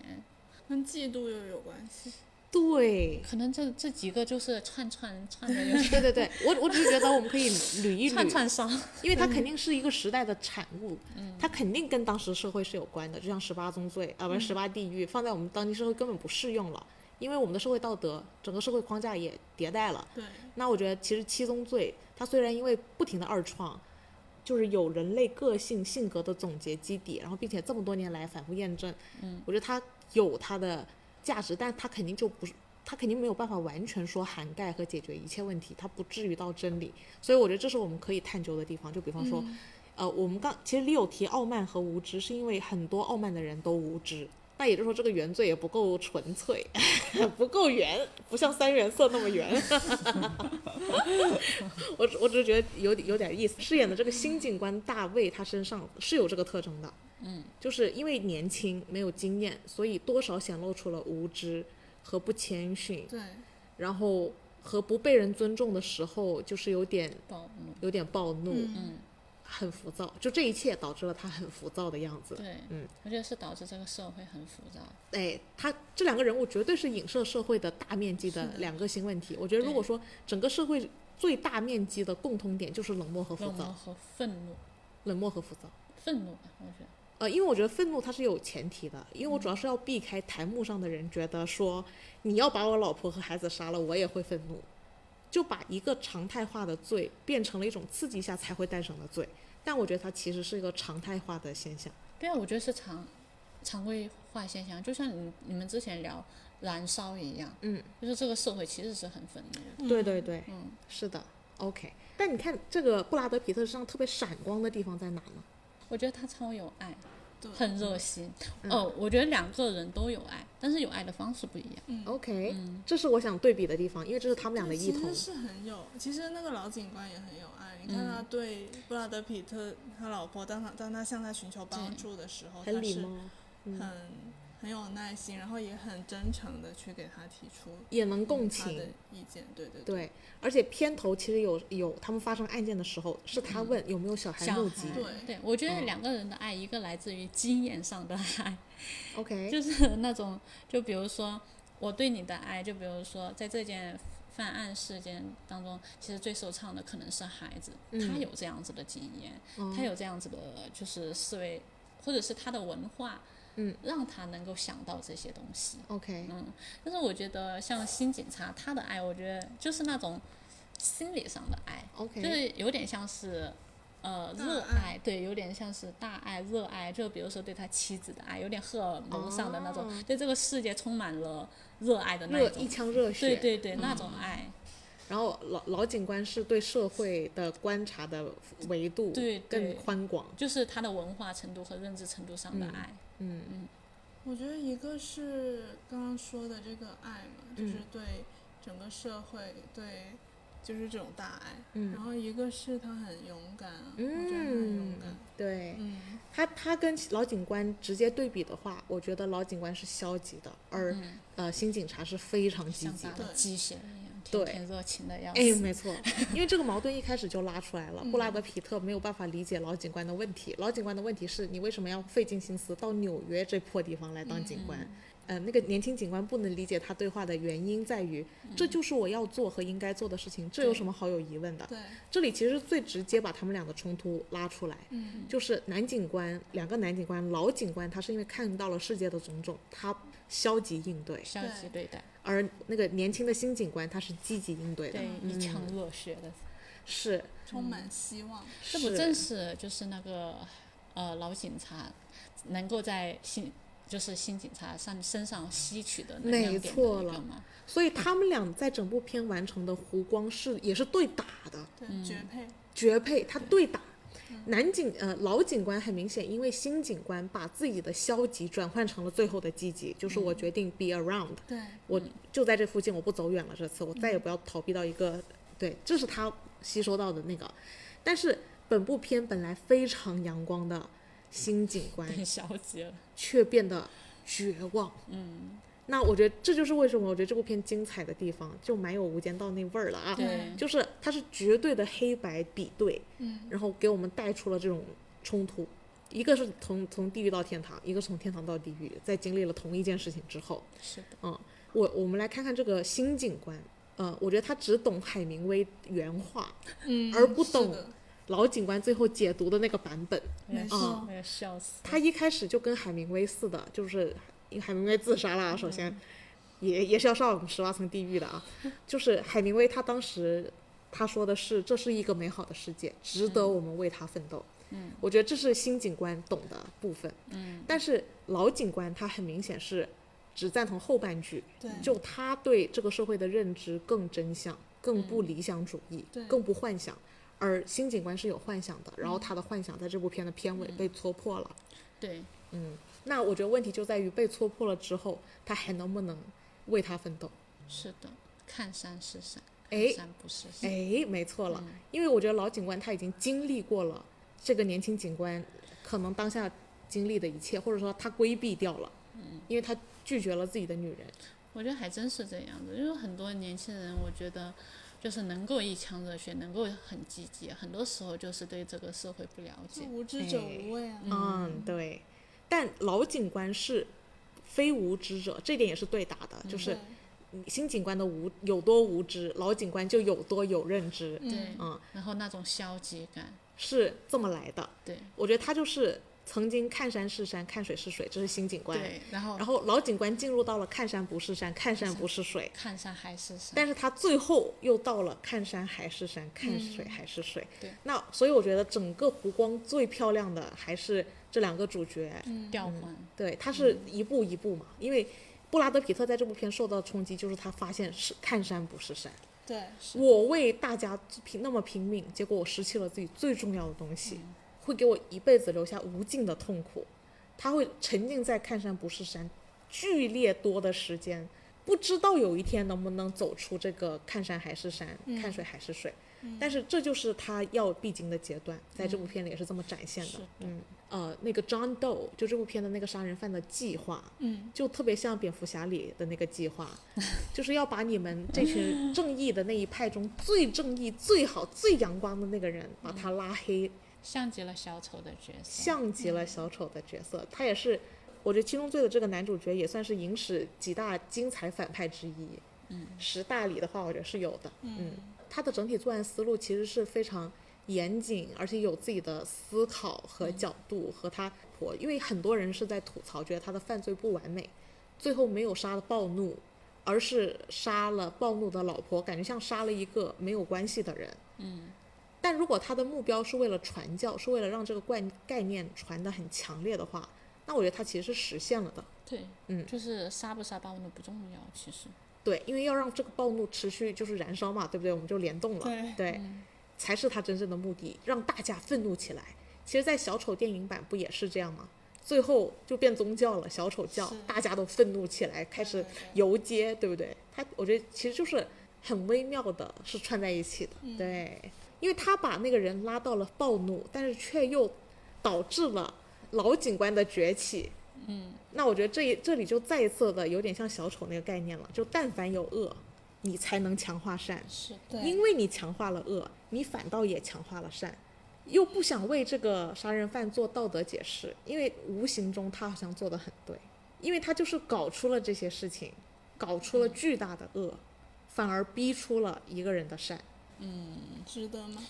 [SPEAKER 3] 跟嫉妒又有关系。
[SPEAKER 1] 对，
[SPEAKER 2] 可能这这几个就是串串串的，就是
[SPEAKER 1] 对对对，我我只是觉得我们可以捋 [laughs] 一捋，
[SPEAKER 2] 串串嗯烧。
[SPEAKER 1] 因为它肯定是一个时代的产物，它肯定跟当时社会是有关的。就像十八宗罪啊，不是
[SPEAKER 2] 嗯
[SPEAKER 1] 十八地狱，放在我们当今社会根本不适用了，因为我们的社会道德整个社会框架也迭代了。
[SPEAKER 3] 对，
[SPEAKER 1] 那我觉得其实七宗罪，它虽然因为不停的二创，就是有人类个性性格的总结基底，然后并且这么多年来反复验证，嗯，我觉得它有它的价值，但它肯定就不是。它肯定没有办法完全说涵盖和解决一切问题，它不至于到真理，所以我觉得这是我们可以探究的地方。就比方说，呃，我们刚其实里有提傲慢和无知，是因为很多傲慢的人都无知，那也就是说这个原罪也不够纯粹， [laughs] 不够圆，不像三原色那么圆。 [laughs] 我只我只是觉得有点有点意思。饰演的这个新警官大卫，他身上是有这个特征的，嗯，就是因为年轻没有经验，所以多少显露出了无知和不谦逊，
[SPEAKER 3] 对，
[SPEAKER 1] 然后和不被人尊重的时候，就是有点
[SPEAKER 2] 暴
[SPEAKER 1] [laughs]
[SPEAKER 2] 怒，
[SPEAKER 1] 有点暴怒，
[SPEAKER 3] 嗯，
[SPEAKER 1] 很浮躁，就这一切导致了他很浮躁的样子。
[SPEAKER 2] 对，
[SPEAKER 1] 嗯，
[SPEAKER 2] 我觉得是导致这个社会很浮躁。
[SPEAKER 1] 哎，他这两个人物绝对是影射社会的大面积的两个新问题。我觉得如果说整个社会最大面积的共通点就是冷漠和浮
[SPEAKER 2] 冷漠
[SPEAKER 1] 躁，
[SPEAKER 2] 和愤怒，
[SPEAKER 1] 冷漠和浮躁。
[SPEAKER 2] 愤怒吧，我觉得。
[SPEAKER 1] 呃，因为我觉得愤怒它是有前提的，因为我主要是要避开台幕上的人觉得说你要把我老婆和孩子杀了，我也会愤怒，就把一个常态化的罪变成了一种刺激下才会诞生的罪。但我觉得它其实是一个常态化的现象。
[SPEAKER 2] 对啊，我觉得是常常规化现象，就像你你们之前聊燃烧一样，
[SPEAKER 1] 嗯，
[SPEAKER 2] 就是这个社会其实是很愤怒的。
[SPEAKER 1] 对对对，
[SPEAKER 2] 嗯，
[SPEAKER 1] 是的，OK。但你看这个布拉德皮特身上特别闪光的地方在哪呢？
[SPEAKER 2] 我觉得他超有爱，
[SPEAKER 3] 对
[SPEAKER 2] 很热心。
[SPEAKER 1] 嗯
[SPEAKER 2] 哦，我觉得两个人都有爱，但是有爱的方式不一样。
[SPEAKER 1] OK，、这是我想对比的地方，因为这是他们俩的异
[SPEAKER 3] 其
[SPEAKER 1] 同
[SPEAKER 3] 实。是很有，其实那个老警官也很有爱。你看
[SPEAKER 2] 嗯
[SPEAKER 3] 他对布拉德皮特他老婆，当他当他向他寻求帮助的时候，他
[SPEAKER 1] 很礼
[SPEAKER 3] 是
[SPEAKER 1] 貌，嗯
[SPEAKER 3] 很很有耐心，然后也很真诚的去给他提出
[SPEAKER 1] 也能共
[SPEAKER 3] 他的
[SPEAKER 1] 情。
[SPEAKER 3] 意见。嗯啊对对对
[SPEAKER 1] 对，而且片头其实有有他们发生案件的时候，是他问有没有小孩
[SPEAKER 2] 小
[SPEAKER 1] 目
[SPEAKER 2] 孩
[SPEAKER 1] 击。
[SPEAKER 3] 对
[SPEAKER 2] 对，我觉
[SPEAKER 1] 嗯
[SPEAKER 2] 得两个人的爱，一个来自于经验上的爱，
[SPEAKER 1] OK，
[SPEAKER 2] 就是那种，就比如说我对你的爱，就比如说在这件犯案事件当中，其实最受创的可能是孩子，他有这样子的经验，他有这样子的，就是思维，或者是他的文化，
[SPEAKER 1] 嗯，
[SPEAKER 2] 让他能够想到这些东西。嗯
[SPEAKER 1] OK，
[SPEAKER 2] 但是我觉得像新警察，他的爱，我觉得就是那种心理上的爱，
[SPEAKER 1] OK，
[SPEAKER 2] 就是有点像是。呃，
[SPEAKER 3] 大
[SPEAKER 2] 热
[SPEAKER 3] 爱
[SPEAKER 2] 爱对，有点像是大爱、热爱，就比如说对他妻子的爱，有点荷尔蒙上的那种，对这个世界充满了热爱的那
[SPEAKER 1] 哦热一
[SPEAKER 2] 种，
[SPEAKER 1] 腔热血。
[SPEAKER 2] 对对对，那种爱，
[SPEAKER 1] 然后老老警官是对社会的观察的维度
[SPEAKER 2] 对对
[SPEAKER 1] 嗯更宽广。
[SPEAKER 2] 就是他的文化程度和认知程度上的爱，
[SPEAKER 1] 嗯
[SPEAKER 3] 我觉得一个是刚刚说的这个爱嘛，就是
[SPEAKER 1] 嗯
[SPEAKER 3] 对整个社会，对就是这种大爱。
[SPEAKER 1] 嗯
[SPEAKER 3] 然后一个是他很勇敢啊，我觉得他
[SPEAKER 1] 嗯
[SPEAKER 3] 很勇敢。，
[SPEAKER 1] 对
[SPEAKER 3] 嗯，
[SPEAKER 1] 他他跟老警官直接对比的话，我觉得老警官是消极的，而、呃新警察是非常积
[SPEAKER 2] 像
[SPEAKER 1] 极
[SPEAKER 2] 嗯打
[SPEAKER 1] 的。
[SPEAKER 2] 了鸡血一样，天
[SPEAKER 1] 对
[SPEAKER 2] 天热情的样
[SPEAKER 1] 哎，
[SPEAKER 2] 子。
[SPEAKER 1] 没错，因为这个矛盾一开始就拉出来了。布拉德皮特没有办法理解老警官的问题，老警官的问题是你为什么要费尽心思到纽约这破地方来当警官？呃，那个年轻警官不能理解他对话的原因在于，这就是我要做和应该做的事情，这有什么好有疑问的？
[SPEAKER 3] 对，
[SPEAKER 1] 这里其实最直接把他们俩的冲突拉出来，
[SPEAKER 3] 嗯，
[SPEAKER 1] 就是男警官，两个男警官，老警官他是因为看到了世界的种种，他消极应对，
[SPEAKER 2] 消极对待，
[SPEAKER 1] 而那个年轻的新警官他是积极应对的，嗯
[SPEAKER 2] 对一腔热血的，
[SPEAKER 1] 是，
[SPEAKER 3] 充
[SPEAKER 1] 嗯
[SPEAKER 3] 满希望。
[SPEAKER 2] 这不正是就是那个呃老警察能够在新就是新警察上身上吸取的能量
[SPEAKER 1] 没
[SPEAKER 2] 点的
[SPEAKER 1] 错
[SPEAKER 2] 一个
[SPEAKER 1] 了
[SPEAKER 2] 吗？
[SPEAKER 1] 所以他们俩在整部片完成的湖光是也是对打的
[SPEAKER 3] 对，绝配。
[SPEAKER 1] 绝配，他对打。男警呃老警官很明显，因为新警官把自己的消极转换成了最后的积极，就是我决定 be around，、
[SPEAKER 3] 对，
[SPEAKER 1] 我就在这附近，我不走远了。这次我再也不要逃避到一个，对，这是他吸收到的那个。但是本部片本来非常阳光的新警官，
[SPEAKER 2] 很消极了，
[SPEAKER 1] 却变得绝望。嗯，那我觉得这就是为什么我觉得这部片精彩的地方，就蛮有《无间道》那味儿了啊。
[SPEAKER 2] 对
[SPEAKER 1] 就是它是绝对的黑白比对，
[SPEAKER 3] 嗯，
[SPEAKER 1] [laughs] 然后给我们带出了这种冲突。一个是从从地狱到天堂，一个是从天堂到地狱，在经历了同一件事情之后，
[SPEAKER 2] 是的，
[SPEAKER 1] 嗯，我我们来看看这个新警官，呃，我觉得他只懂海明威原话，
[SPEAKER 3] 嗯，
[SPEAKER 1] 而不
[SPEAKER 3] 是
[SPEAKER 1] 懂
[SPEAKER 3] 的
[SPEAKER 1] 老警官最后解读的那个版本，
[SPEAKER 2] 我要
[SPEAKER 3] 没
[SPEAKER 2] 笑
[SPEAKER 3] 错
[SPEAKER 2] 我要笑死了。
[SPEAKER 1] 他一开始就跟海明威似的，就是因为海明威自杀了啊，首先、也也是要上我们十八层地狱的啊。就是海明威他当时他说的是，这是一个美好的世界，值得我们为他奋斗。嗯，我觉得这是新警官懂的部分。嗯，但是老警官他很明显是只赞同后半句，
[SPEAKER 3] 对
[SPEAKER 1] 就他对这个社会的认知更真相，更不理想主义，
[SPEAKER 3] 对
[SPEAKER 1] 更不幻想。而新警官是有幻想的，然后他的幻想在这部片的片尾被戳破了。嗯
[SPEAKER 2] 对，
[SPEAKER 1] 那我觉得问题就在于被戳破了之后，他还能不能为他奋斗？
[SPEAKER 2] 是的，看山是山，
[SPEAKER 1] 哎
[SPEAKER 2] 看山不是山。
[SPEAKER 1] 哎，没错了，因为我觉得老警官他已经经历过了这个年轻警官可能当下经历的一切，或者说他规避掉了，嗯，因为他拒绝了自己的女人，
[SPEAKER 2] 我觉得还真是这样子，因为很多年轻人，我觉得就是能够一腔热血，能够很积极，很多时候就是对这个社会不了
[SPEAKER 3] 就
[SPEAKER 2] 解。
[SPEAKER 3] 无知者
[SPEAKER 1] 哎
[SPEAKER 3] 无畏啊。
[SPEAKER 1] 嗯对，但老警官是非无知者，这点也是对打的，
[SPEAKER 2] 嗯
[SPEAKER 1] 就是新警官的无有多无知，老警官就有多有认知，
[SPEAKER 2] 对，
[SPEAKER 1] 嗯，
[SPEAKER 2] 然后那种消极感，
[SPEAKER 1] 是这么来的。
[SPEAKER 2] 对
[SPEAKER 1] 我觉得他就是曾经看山是山，看水是水，这是新警官。
[SPEAKER 2] 对，然后
[SPEAKER 1] 然后老警官进入到了看山不是山，看山不是水，
[SPEAKER 2] 看山还是山，
[SPEAKER 1] 但是他最后又到了看山还是山，看水还是水。
[SPEAKER 2] 嗯对
[SPEAKER 1] 那所以我觉得整个湖光最漂亮的还是这两个主角，
[SPEAKER 3] 嗯
[SPEAKER 2] 调
[SPEAKER 1] 嗯
[SPEAKER 2] 换，
[SPEAKER 1] 对，他是一步一步嘛，因为。布拉德皮特在这部片受到的冲击，就是他发现是看山不是山，
[SPEAKER 3] 对，
[SPEAKER 1] 我为大家拼那么拼命，结果我失去了自己最重要的东西，会给我一辈子留下无尽的痛苦。他会沉浸在看山不是山剧烈多的时间，不知道有一天能不能走出这个看山还是山，看水还是水。但是这就是他要必经的阶段，在这部片里也是这么展现的。
[SPEAKER 2] 是的
[SPEAKER 1] 嗯，呃，那个 John Doe 就这部片的那个杀人犯的计划，
[SPEAKER 3] 嗯，
[SPEAKER 1] 就特别像蝙蝠侠里的那个计划，就是要把你们这群正义的那一派中最正义、最好、最阳光的那个人，把他拉黑，
[SPEAKER 2] 像极了小丑的角色。
[SPEAKER 1] 像极了小丑的角色。他也是，我觉得《七宗罪》的这个男主角也算是影史几大精彩反派之一。嗯，十大里的话，我觉得是有的。嗯，他的整体作案思路其实是非常严谨，而且有自己的思考和角度和他婆，因为很多人是在吐槽，觉得他的犯罪不完美，最后没有杀的暴怒，而是杀了暴怒的老婆，感觉像杀了一个没有关系的人。
[SPEAKER 2] 嗯
[SPEAKER 1] 但如果他的目标是为了传教，是为了让这个概概念传得很强烈的话，那我觉得他其实是实现了的。
[SPEAKER 2] 对，
[SPEAKER 1] 嗯
[SPEAKER 2] 就是杀不杀巴温的不重要，其实
[SPEAKER 1] 对，因为要让这个暴怒持续就是燃烧嘛，对不对？我们就联动了，
[SPEAKER 3] 对
[SPEAKER 1] 才是他真正的目的，让大家愤怒起来。其实，在小丑电影版不也是这样吗？最后就变宗教了，小丑教
[SPEAKER 2] 是，
[SPEAKER 1] 大家都愤怒起来，开始游街，对不对？他，我觉得其实就是很微妙的，是串在一起的，对，因为他把那个人拉到了暴怒，但是却又导致了老警官的崛起，
[SPEAKER 2] 嗯，
[SPEAKER 1] 那我觉得这一这里就再一次的有点像小丑那个概念了，就但凡有恶，你才能强化善，
[SPEAKER 2] 是的，
[SPEAKER 3] 对，
[SPEAKER 1] 因为你强化了恶，你反倒也强化了善，又不想为这个杀人犯做道德解释，因为无形中他好像做的很对，因为他就是搞出了这些事情，搞出了巨大的恶，反而逼出了一个人的善。
[SPEAKER 3] 值得吗？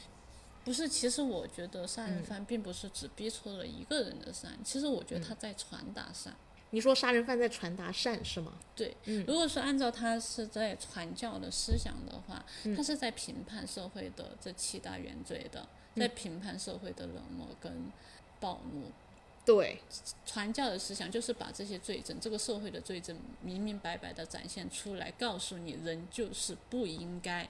[SPEAKER 2] 不是，其实我觉得杀人犯并不是只逼出了一个人的善，其实我觉得他在传达善。
[SPEAKER 1] 你说杀人犯在传达善是吗？
[SPEAKER 2] 对，
[SPEAKER 1] 嗯
[SPEAKER 2] 如果是按照他是在传教的思想的话，
[SPEAKER 1] 嗯
[SPEAKER 2] 他是在评判社会的这七大原罪的，在
[SPEAKER 1] 嗯
[SPEAKER 2] 评判社会的冷漠跟暴怒。
[SPEAKER 1] 对，
[SPEAKER 2] 传教的思想就是把这些罪证，这个社会的罪证明明白白的展现出来，告诉你人就是不应该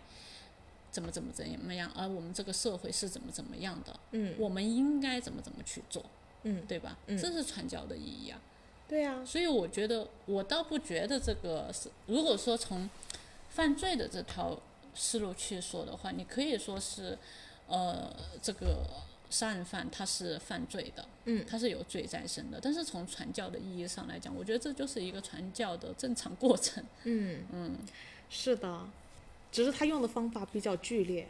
[SPEAKER 2] 怎么怎么怎么样，而我们这个社会是怎么怎么样的，
[SPEAKER 1] 嗯
[SPEAKER 2] 我们应该怎么怎么去做，
[SPEAKER 1] 嗯，
[SPEAKER 2] 对吧？
[SPEAKER 1] 嗯
[SPEAKER 2] 这是传教的意义啊。
[SPEAKER 1] 对啊，
[SPEAKER 2] 所以我觉得，我倒不觉得这个是，如果说从犯罪的这条思路去说的话，你可以说是，呃，这个杀人犯他是犯罪的，
[SPEAKER 1] 嗯
[SPEAKER 2] 他是有罪在身的。但是从传教的意义上来讲，我觉得这就是一个传教的正常过
[SPEAKER 3] [laughs]
[SPEAKER 2] 程。
[SPEAKER 1] 嗯嗯，是的，只是他用的方法比较剧烈。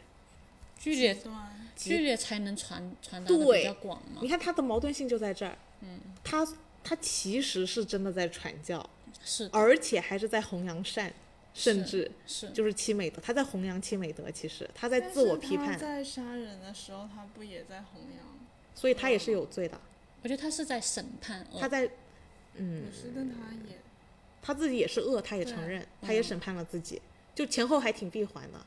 [SPEAKER 2] 剧烈
[SPEAKER 3] 极端
[SPEAKER 2] 剧烈才能传传达的比
[SPEAKER 1] 对
[SPEAKER 2] 较广嘛
[SPEAKER 1] 你，看他的矛盾性就在这儿，嗯，他他其实是真的在传教，
[SPEAKER 2] 是的
[SPEAKER 1] 而且还是在弘扬善，甚
[SPEAKER 2] 是
[SPEAKER 1] 至
[SPEAKER 2] 是
[SPEAKER 1] 就是七美德，他在弘扬七美德，其实他在
[SPEAKER 3] 但
[SPEAKER 1] 自我
[SPEAKER 3] 是
[SPEAKER 1] 批
[SPEAKER 3] 他
[SPEAKER 1] 判，
[SPEAKER 3] 在杀人的时候，他不也在弘扬？
[SPEAKER 1] 所以他也是有罪的，
[SPEAKER 2] 我觉得他是在审判
[SPEAKER 3] 嗯
[SPEAKER 2] 恶
[SPEAKER 1] 他在
[SPEAKER 2] 嗯
[SPEAKER 1] 嗯
[SPEAKER 3] 不是，但他也
[SPEAKER 1] 他自己也是恶，他也承
[SPEAKER 3] 对
[SPEAKER 1] 认，他也审判了自己，就前后还挺闭环的，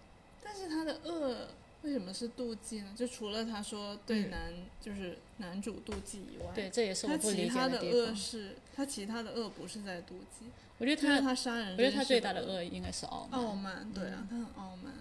[SPEAKER 3] 但是他的恶为什么是妒忌呢？就除了他说对男、就是男主妒忌以外，
[SPEAKER 2] 嗯对，这也是
[SPEAKER 3] 他
[SPEAKER 2] 我不
[SPEAKER 3] 其
[SPEAKER 2] 理解
[SPEAKER 3] 他的
[SPEAKER 2] 地
[SPEAKER 3] 恶
[SPEAKER 2] 方。
[SPEAKER 3] 是，他其他的恶不是在妒忌，
[SPEAKER 2] 我觉得
[SPEAKER 3] 就是
[SPEAKER 2] 他，
[SPEAKER 3] 他杀人，
[SPEAKER 2] 我觉得他最大的恶应该是傲慢，
[SPEAKER 3] 傲慢，对啊，他很傲慢，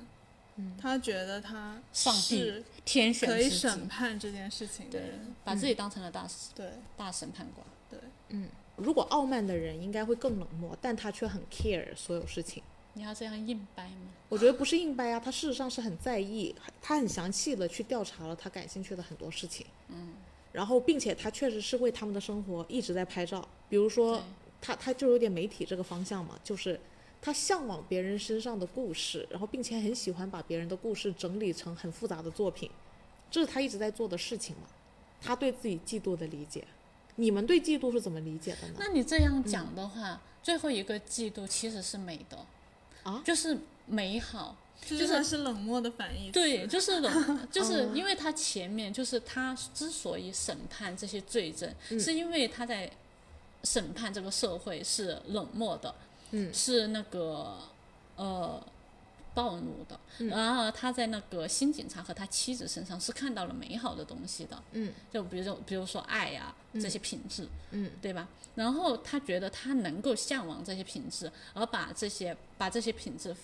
[SPEAKER 1] 嗯
[SPEAKER 3] 他觉得他
[SPEAKER 2] 上帝
[SPEAKER 3] 是
[SPEAKER 2] 天选
[SPEAKER 3] 可以
[SPEAKER 2] 之子
[SPEAKER 3] 审判这件事情的
[SPEAKER 2] 对
[SPEAKER 3] 人，，
[SPEAKER 2] 把自己当成了大、
[SPEAKER 3] 对
[SPEAKER 2] 大审判官。
[SPEAKER 3] 对，
[SPEAKER 1] 如果傲慢的人应该会更冷漠，但他却很 care 所有事情。
[SPEAKER 2] 你要这样硬掰吗？
[SPEAKER 1] 我觉得不是硬掰啊，他事实上是很在意，他很详细的去调查了他感兴趣的很多事情，嗯，然后并且他确实是为他们的生活一直在拍照，比如说
[SPEAKER 2] 对
[SPEAKER 1] 他他就有点媒体这个方向嘛，就是他向往别人身上的故事，然后并且很喜欢把别人的故事整理成很复杂的作品，这是他一直在做的事情嘛，他对自己嫉妒的理解，你们对嫉妒是怎么理解的呢？
[SPEAKER 2] 那你这样讲的话，最后一个季度其实是美德，
[SPEAKER 1] 啊
[SPEAKER 2] 就是美好。
[SPEAKER 3] 这
[SPEAKER 2] 就是
[SPEAKER 3] 是他是冷漠的反义词，
[SPEAKER 2] 对，就
[SPEAKER 1] [laughs]
[SPEAKER 2] 是冷，
[SPEAKER 1] 哦
[SPEAKER 2] 就是因为他前面就是他之所以审判这些罪证，
[SPEAKER 1] 嗯
[SPEAKER 2] 是因为他在审判这个社会是冷漠的，
[SPEAKER 1] 嗯
[SPEAKER 2] 是那个呃暴怒的，
[SPEAKER 1] 嗯
[SPEAKER 2] 然后他在那个新警察和他妻子身上是看到了美好的东西的，
[SPEAKER 1] 嗯，
[SPEAKER 2] 就比如说比如说爱呀、这些品质，
[SPEAKER 1] 嗯，
[SPEAKER 2] 对吧？然后他觉得他能够向往这些品质，而把这些把这些品质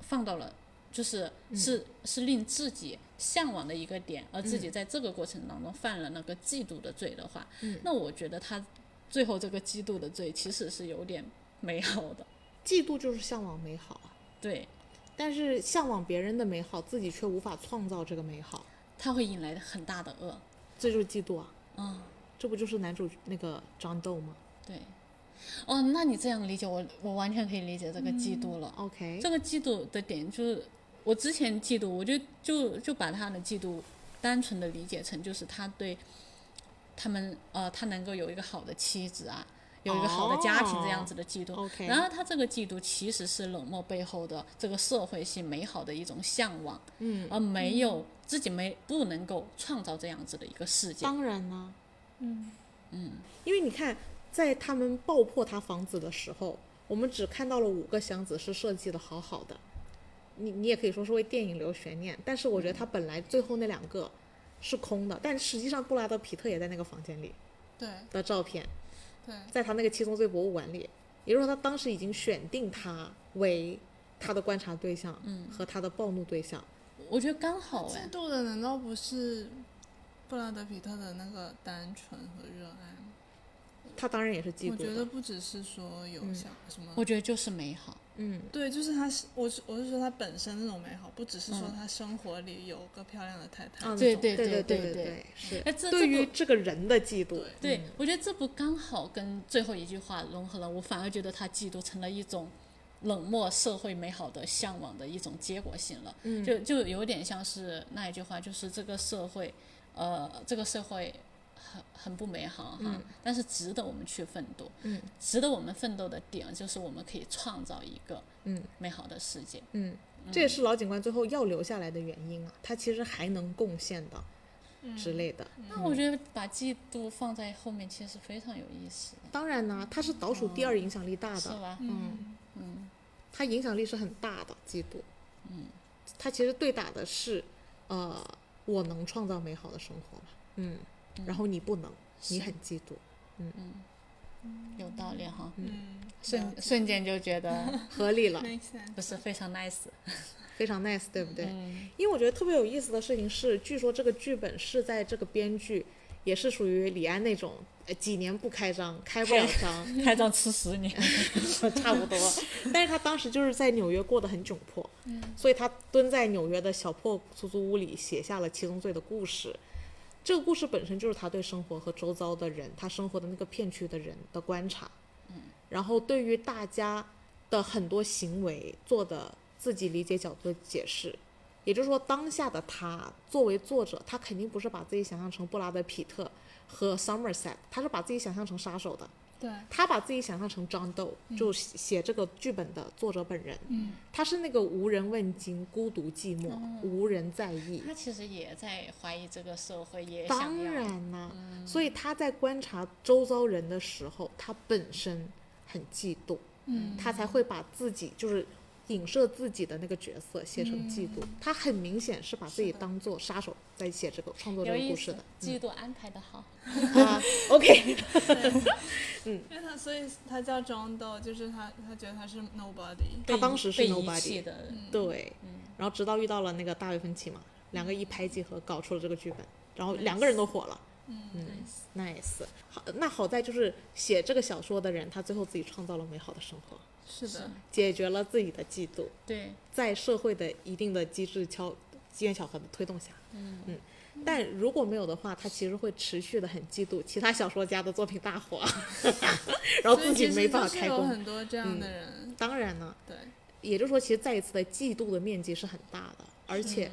[SPEAKER 2] 放到了。就是是、是令自己向往的一个点，而自己在这个过程当中犯了那个嫉妒的罪的话，那我觉得他最后这个嫉妒的罪其实是有点美好的，
[SPEAKER 1] 嫉妒就是向往美好啊。
[SPEAKER 2] 对，
[SPEAKER 1] 但是向往别人的美好，自己却无法创造这个美好，
[SPEAKER 2] 他会引来很大的恶，
[SPEAKER 1] 这就是嫉妒啊！
[SPEAKER 2] 嗯，
[SPEAKER 1] 这不就是男主那个张豆吗
[SPEAKER 2] 对，哦，那你这样理解我，我完全可以理解这个嫉妒了。
[SPEAKER 1] ？OK，
[SPEAKER 2] 这个嫉妒的点就是，我之前嫉妒，我就就就把他的嫉妒单纯的理解成就是他对他们呃，他能够有一个好的妻子啊，有一个好的家庭这样子的嫉妒。
[SPEAKER 1] 哦 OK
[SPEAKER 2] 然后他这个嫉妒其实是冷漠背后的这个社会性美好的一种向往，
[SPEAKER 1] 嗯，
[SPEAKER 2] 而没有自己没不能够创造这样子的一个世界。
[SPEAKER 1] 当然呢，
[SPEAKER 3] 嗯，
[SPEAKER 1] 因为你看，在他们爆破他房子的时候，我们只看到了五个箱子是设计的好好的，你你也可以说是为电影留悬念，但是我觉得它本来最后那两个是空的，但实际上布拉德皮特也在那个房间里
[SPEAKER 3] 对
[SPEAKER 1] 的照片，
[SPEAKER 3] 对，
[SPEAKER 1] 在他那个七宗罪博物馆里，也就是说他当时已经选定他为他的观察对象，嗯，和他的暴怒对象。
[SPEAKER 2] 我觉得刚好哎
[SPEAKER 3] 嫉，妒的难道不是布拉德皮特的那个单纯和热爱吗？
[SPEAKER 1] 他当然也是嫉
[SPEAKER 3] 我
[SPEAKER 1] 妒
[SPEAKER 3] 觉
[SPEAKER 1] 的
[SPEAKER 3] 得，不只是说有想什么，
[SPEAKER 2] 我觉得就是美好。
[SPEAKER 1] 嗯，
[SPEAKER 3] 对，就是他是我是我是说他本身那种美好，不只是说
[SPEAKER 2] 嗯
[SPEAKER 3] 他生活里有个漂亮的太太，
[SPEAKER 1] 啊
[SPEAKER 2] 对
[SPEAKER 1] 那种对
[SPEAKER 2] 对
[SPEAKER 1] 对
[SPEAKER 2] 对对对
[SPEAKER 1] 对，是
[SPEAKER 2] 哎，这
[SPEAKER 1] 对
[SPEAKER 2] 这
[SPEAKER 1] 于
[SPEAKER 2] 不
[SPEAKER 1] 这个人的嫉妒，嗯
[SPEAKER 2] 对、我觉得这不刚好跟最后一句话融合了，我反而觉得他嫉妒成了一种冷漠社会美好的向往的一种结果性了，嗯、就就有点像是那一句话，就是这个社会，呃，这个社会。很很不美好哈，但是值得我们去奋斗。
[SPEAKER 1] 嗯，
[SPEAKER 2] 值得我们奋斗的点就是我们可以创造一个
[SPEAKER 1] 嗯
[SPEAKER 2] 美好的世界。
[SPEAKER 1] 嗯，这也是老警官最后要留下来的原因啊，他其实还能贡献的之类的。
[SPEAKER 2] 那我觉得把嫉妒放在后面其实非常有意思的，
[SPEAKER 1] 当然呢，他是倒数第二影响力大
[SPEAKER 2] 是
[SPEAKER 1] 的，
[SPEAKER 2] 吧？
[SPEAKER 3] 嗯，
[SPEAKER 1] 他影响力是很大的。嫉妒，嗯，他其实对打的是，呃，我能创造美好的生活嘛，嗯，然后你不能，你
[SPEAKER 2] 是
[SPEAKER 1] 很嫉妒，
[SPEAKER 2] 有道理哈，
[SPEAKER 3] 嗯，
[SPEAKER 2] 瞬瞬间就觉得
[SPEAKER 1] 合理 [laughs] 了，
[SPEAKER 3] make sense，
[SPEAKER 2] 不是非常 nice。 [laughs]
[SPEAKER 1] 非常 nice，对不对？因为我觉得特别有意思的事情是，据说这个剧本是在这个编剧也是属于李安那种，呃，几年不开张，开不了 [laughs] 张，
[SPEAKER 2] 开张吃十年，
[SPEAKER 1] [laughs] 差不多。但是他当时就是在纽约过得很窘迫，所以他蹲在纽约的小破出租屋里写下了《七宗罪》的故事。这个故事本身就是他对生活和周遭的人，他生活的那个片区的人的观察，然后对于大家的很多行为做的自己理解角度的解释。也就是说，当下的他作为作者，他肯定不是把自己想象成布拉德·皮特和 Somerset，他是把自己想象成杀手的。
[SPEAKER 3] 对，
[SPEAKER 1] 他把自己想象成张豆，
[SPEAKER 2] 嗯
[SPEAKER 1] 就写写这个剧本的作者本人。
[SPEAKER 3] 嗯，
[SPEAKER 1] 他是那个无人问津、孤独寂寞、
[SPEAKER 2] 哦
[SPEAKER 1] 无人在意。
[SPEAKER 2] [laughs] 他其实也在怀疑这个社会，也想
[SPEAKER 1] 当
[SPEAKER 2] 要。嗯
[SPEAKER 1] 然啦、所以他在观察周遭人的时候，他本身很嫉妒，
[SPEAKER 3] 嗯，
[SPEAKER 1] 他才会把自己就是影射自己的那个角色写成嫉
[SPEAKER 2] 嗯
[SPEAKER 1] 妒。他很明显是把自己当做杀手在写这个创作这
[SPEAKER 2] 有
[SPEAKER 1] 个
[SPEAKER 2] 意
[SPEAKER 1] 故事
[SPEAKER 2] 思
[SPEAKER 1] 的，
[SPEAKER 2] 嫉妒安排的好，
[SPEAKER 1] 啊。OK，
[SPEAKER 3] 因为他所以他叫 John Doe，就是他他觉得他是 nobody，
[SPEAKER 1] 他
[SPEAKER 2] 被
[SPEAKER 1] 当
[SPEAKER 2] 遗
[SPEAKER 1] 时是
[SPEAKER 2] 被遗
[SPEAKER 1] nobody 嗯
[SPEAKER 2] 弃的人，
[SPEAKER 1] 对，
[SPEAKER 3] 嗯
[SPEAKER 1] 然后直到遇到了那个大卫芬奇嘛，两个一拍即合，搞出了这个剧本，然后两个人都火了。嗯，nice，好，那好在就是写这个小说的人，他最后自己创造了美好的生活，
[SPEAKER 3] 是的，
[SPEAKER 1] 解决了自己的嫉妒，
[SPEAKER 2] 对，
[SPEAKER 1] 在社会的一定的机制敲机缘巧合的推动下，嗯但如果没有的话，他其实会持续的很嫉妒其他小说家的作品大火， [laughs] 然后
[SPEAKER 3] 所以
[SPEAKER 1] 哦自己
[SPEAKER 3] 其
[SPEAKER 1] 没
[SPEAKER 3] 实
[SPEAKER 1] 办
[SPEAKER 3] 就
[SPEAKER 1] 法
[SPEAKER 3] 是
[SPEAKER 1] 开
[SPEAKER 3] 有
[SPEAKER 1] 工。
[SPEAKER 3] 很多这样的人，
[SPEAKER 1] 当然呢，
[SPEAKER 3] 对，
[SPEAKER 1] 也就是说，其实再一次的嫉妒的面积是很大的，而且，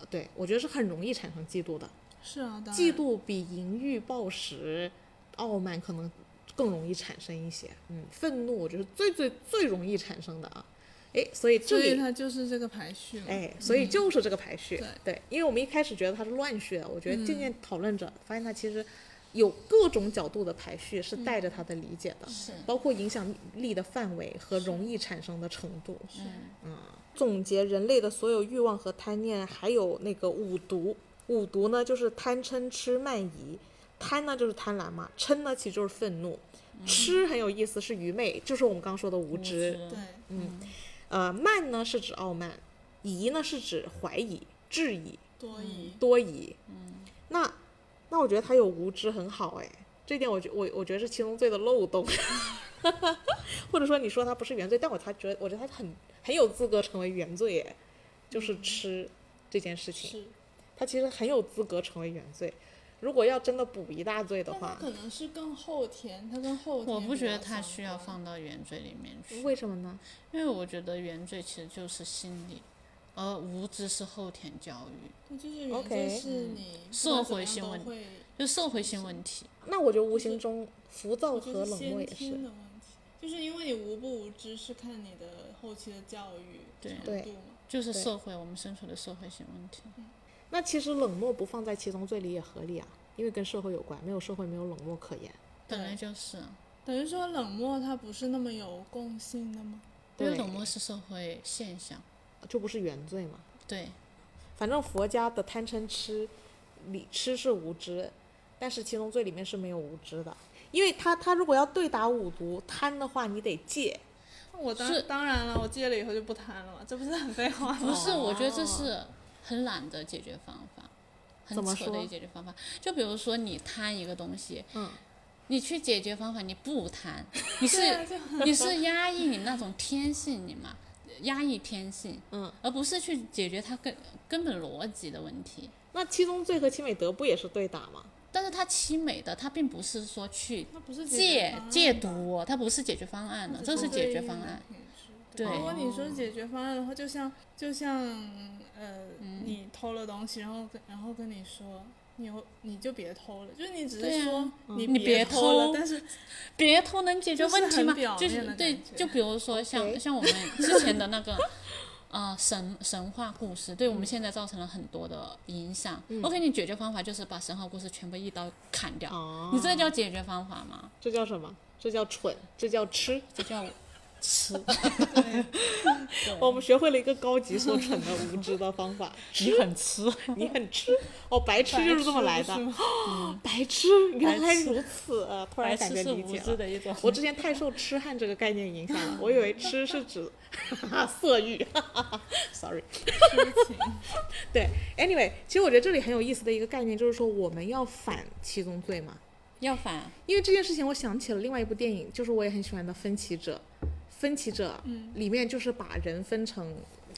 [SPEAKER 1] 呃对我觉得是很容易产生嫉妒的。
[SPEAKER 3] 是啊，当然
[SPEAKER 1] 嫉妒比淫欲、暴食、傲慢可能更容易产生一些。嗯，愤怒我觉得是最最最容易产生的啊。诶，所以这
[SPEAKER 3] 所以
[SPEAKER 1] 里，
[SPEAKER 3] 他就是这个排序嘛，
[SPEAKER 1] 哎，所以就是这个排序。
[SPEAKER 3] 对嗯
[SPEAKER 1] 对，因为我们一开始觉得它是乱序的，我觉得渐渐讨论着，发现它其实。有各种角度的排序是
[SPEAKER 3] 嗯
[SPEAKER 1] 带着它的理解的，
[SPEAKER 2] 是
[SPEAKER 1] 包括影响力的范围和容易产生的程度。
[SPEAKER 2] 嗯，
[SPEAKER 1] 总结人类的所有欲望和贪念，还有那个五毒。五毒呢，就是贪嗔痴慢疑。贪呢就是贪婪嘛，嗔呢其实就是愤怒，痴很有意思，是愚昧，就是我们刚刚说的无知。
[SPEAKER 2] 嗯无知
[SPEAKER 3] 对，
[SPEAKER 1] 呃，慢呢是指傲慢，疑呢是指怀疑、质疑、
[SPEAKER 3] 多疑，
[SPEAKER 1] 多疑。嗯，那那我觉得他有无知很好哎，这点我觉我我觉得是七宗罪的漏洞， [laughs] 或者说你说他不是原罪，但我他觉得我觉得他很很有资格成为原罪哎，
[SPEAKER 3] 嗯
[SPEAKER 1] 就是吃这件事情，
[SPEAKER 3] 是，
[SPEAKER 1] 他其实很有资格成为原罪。如果要真的补一大罪的
[SPEAKER 3] 但他
[SPEAKER 1] 话，
[SPEAKER 3] 可能是更后天，他跟后天，
[SPEAKER 2] 我不觉得他需要，放到原罪里面去，
[SPEAKER 1] 为什么呢？
[SPEAKER 2] 因为我觉得原罪其实就是心理，而无知是后天教育，
[SPEAKER 3] 对，就是原
[SPEAKER 1] OK 嗯
[SPEAKER 3] 罪是你
[SPEAKER 2] 社会性问
[SPEAKER 3] 问
[SPEAKER 2] 题
[SPEAKER 3] 题，
[SPEAKER 2] 就社会性问题。
[SPEAKER 1] 那我觉得无形中浮躁
[SPEAKER 3] 我觉
[SPEAKER 1] 和
[SPEAKER 3] 得
[SPEAKER 1] 冷
[SPEAKER 3] 先
[SPEAKER 1] 漠也
[SPEAKER 3] 天
[SPEAKER 1] 是。
[SPEAKER 3] 的问题，就是因为你无不无知是看你的后期的教育
[SPEAKER 2] 对
[SPEAKER 3] 程
[SPEAKER 1] 对
[SPEAKER 3] 度嘛，
[SPEAKER 2] 就是
[SPEAKER 1] 对
[SPEAKER 2] 社会，我们身处的社会性问题。
[SPEAKER 1] 那其实冷漠不放在七宗罪里也合理啊，因为跟社会有关，没有社会没有冷漠可言。
[SPEAKER 2] 本来就是，
[SPEAKER 3] 等于说冷漠它不是那么有共性的吗？
[SPEAKER 2] 因
[SPEAKER 1] 对
[SPEAKER 2] 为冷漠是社会现象。
[SPEAKER 1] 就不是原罪嘛。
[SPEAKER 2] 对，
[SPEAKER 1] 反正佛家的贪嗔痴，理痴是无知，但是七宗罪里面是没有无知的，因为他他如果要对答五毒，贪的话你得戒，
[SPEAKER 3] 我当
[SPEAKER 2] 是
[SPEAKER 3] 当然了，我戒了以后就不贪了嘛，这不是很废话吗？
[SPEAKER 2] 不是，我觉得这是很懒的解决方法，很
[SPEAKER 1] 哦怎么
[SPEAKER 2] 扯的
[SPEAKER 1] 说
[SPEAKER 2] 解决方法。就比如说你贪一个东西，
[SPEAKER 1] 嗯，
[SPEAKER 2] 你去解决方法你不
[SPEAKER 1] [laughs]
[SPEAKER 2] 贪，你
[SPEAKER 3] 对啊
[SPEAKER 2] 是
[SPEAKER 3] 就
[SPEAKER 2] 你是压抑你那种天性，你嘛，压抑天性，
[SPEAKER 1] 嗯，
[SPEAKER 2] 而不是去解决它根根本逻辑的问题。
[SPEAKER 1] 那七宗罪和七美德不也是对打吗？
[SPEAKER 2] 但是它凄美的，它并不是说去
[SPEAKER 3] 它不是解决
[SPEAKER 2] 戒
[SPEAKER 3] 方案
[SPEAKER 2] 戒毒，哦它不是解决方案的，这是解决方案。。嗯对
[SPEAKER 3] 如果你说解决方案的话，就像就像呃，
[SPEAKER 2] 嗯
[SPEAKER 3] 你偷了东西，然后跟然后跟你说，你有你就别偷了，就是你只
[SPEAKER 2] 对
[SPEAKER 3] 是
[SPEAKER 2] 啊
[SPEAKER 3] 说你
[SPEAKER 2] 你别
[SPEAKER 3] 偷了，
[SPEAKER 2] 偷
[SPEAKER 3] 但是
[SPEAKER 2] 别偷能解决问题吗
[SPEAKER 3] 就是很表？
[SPEAKER 2] 就
[SPEAKER 3] 面的
[SPEAKER 2] 是对
[SPEAKER 3] 感，觉
[SPEAKER 2] 就比如说像
[SPEAKER 1] OK
[SPEAKER 2] 像我们之前的那
[SPEAKER 3] [laughs]
[SPEAKER 2] 个呃神神话故事，对我们现在造成了很多的影响。
[SPEAKER 3] 嗯
[SPEAKER 2] 我给你解决方法就是把神话故事全部一刀砍掉，
[SPEAKER 1] 哦
[SPEAKER 2] 你这叫解决方法吗？
[SPEAKER 1] 这叫什么？这叫蠢，这叫痴。
[SPEAKER 2] 这叫吃。
[SPEAKER 1] 我们学会了一个高级说蠢的无知的方法，
[SPEAKER 2] [laughs] 你很吃，
[SPEAKER 1] [laughs] 你很痴哦，白痴就是这么来的
[SPEAKER 3] 白痴不。
[SPEAKER 1] 白痴，原来如此，啊突然
[SPEAKER 2] [laughs] 白
[SPEAKER 1] 感
[SPEAKER 2] 痴
[SPEAKER 1] 觉
[SPEAKER 2] 是
[SPEAKER 1] 理
[SPEAKER 2] 无
[SPEAKER 1] 解
[SPEAKER 2] 知
[SPEAKER 1] 了。
[SPEAKER 2] 的一 [laughs] 种。
[SPEAKER 1] 我之前太受痴汉这个概念影响了，我以为痴是指 [laughs] 色欲，sorry。
[SPEAKER 3] 痴情，
[SPEAKER 1] 对，anyway，其实我觉得这里很有意思的一个概念就是说，我们要反七宗罪嘛。
[SPEAKER 2] 要反
[SPEAKER 1] 因为这件事情，我想起了另外一部电影，就是我也很喜欢的《分歧者》。分歧者，
[SPEAKER 3] 嗯
[SPEAKER 1] 里面就是把人分成，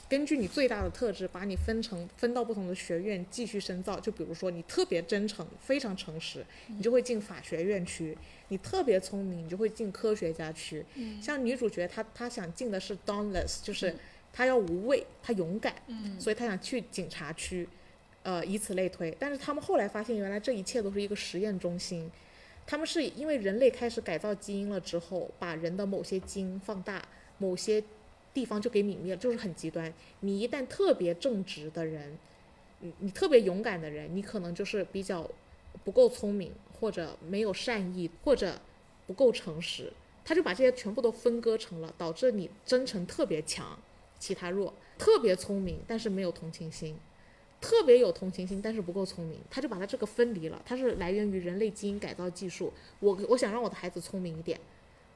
[SPEAKER 1] 根据你最大的特质，把你分成分到不同的学院继续深造。就比如说，你特别真诚，非常诚实，你就会进法学院区；你特别聪明，你就会进科学家区。像女主角她，她想进的是 dauntless，就是她要无畏，她勇敢，所以她想去警察区。呃，以此类推。但是他们后来发现，原来这一切都是一个实验中心，他们是因为人类开始改造基因了之后，把人的某些基因放大，某些地方就给泯灭了，就是很极端。你一旦特别正直的人，你你特别勇敢的人，你可能就是比较不够聪明，或者没有善意，或者不够诚实。他就把这些全部都分割成了，导致你真诚特别强，其他弱；特别聪明，但是没有同情心。特别有同情心，但是不够聪明，他就把他这个分离了。它是来源于人类基因改造技术。我我想让我的孩子聪明一点，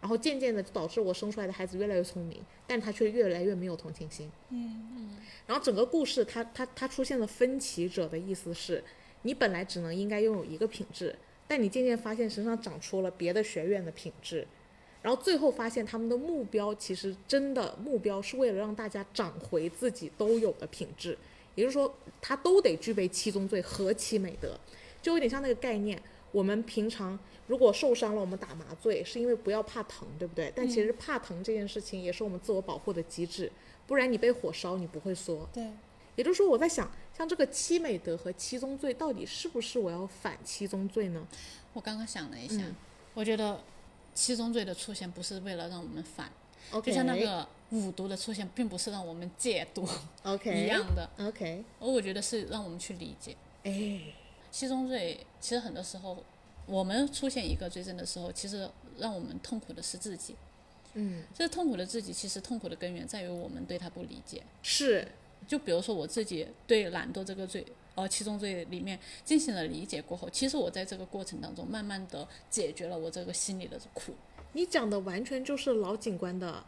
[SPEAKER 1] 然后渐渐的就导致我生出来的孩子越来越聪明，但他却越来越没有同情心。
[SPEAKER 3] 嗯，
[SPEAKER 1] 然后整个故事，它它它出现了分歧者的意思是，你本来只能应该拥有一个品质，但你渐渐发现身上长出了别的学院的品质，然后最后发现他们的目标其实真的目标是为了让大家长回自己都有的品质，也就是说，他都得具备七宗罪和七美德，就有点像那个概念。我们平常如果受伤了，我们打麻醉是因为不要怕疼，对不对？但其
[SPEAKER 2] 嗯
[SPEAKER 1] 实怕疼这件事情也是我们自我保护的机制，不然你被火烧你不会缩。
[SPEAKER 3] 对，
[SPEAKER 1] 也就是说，我在想，像这个七美德和七宗罪，到底是不是我要反七宗罪呢？
[SPEAKER 2] 我刚刚想了一下
[SPEAKER 1] 嗯，
[SPEAKER 2] 我觉得七宗罪的出现不是为了让我们反，
[SPEAKER 1] OK，
[SPEAKER 2] 就像那个五毒的出现，并不是让我们戒毒
[SPEAKER 1] OK
[SPEAKER 2] 一样的。
[SPEAKER 1] OK，
[SPEAKER 2] 而我觉得是让我们去理解
[SPEAKER 1] 哎，
[SPEAKER 2] 七宗罪。其实很多时候，我们出现一个罪证的时候，其实让我们痛苦的是自己。
[SPEAKER 1] 嗯，
[SPEAKER 2] 这痛苦的自己，其实痛苦的根源在于我们对它不理解。
[SPEAKER 1] 是
[SPEAKER 2] 就比如说我自己对懒惰这个罪，呃，七宗罪里面进行了理解过后，其实我在这个过程当中，慢慢的解决了我这个心里的苦。
[SPEAKER 1] 你讲的完全就是老警官的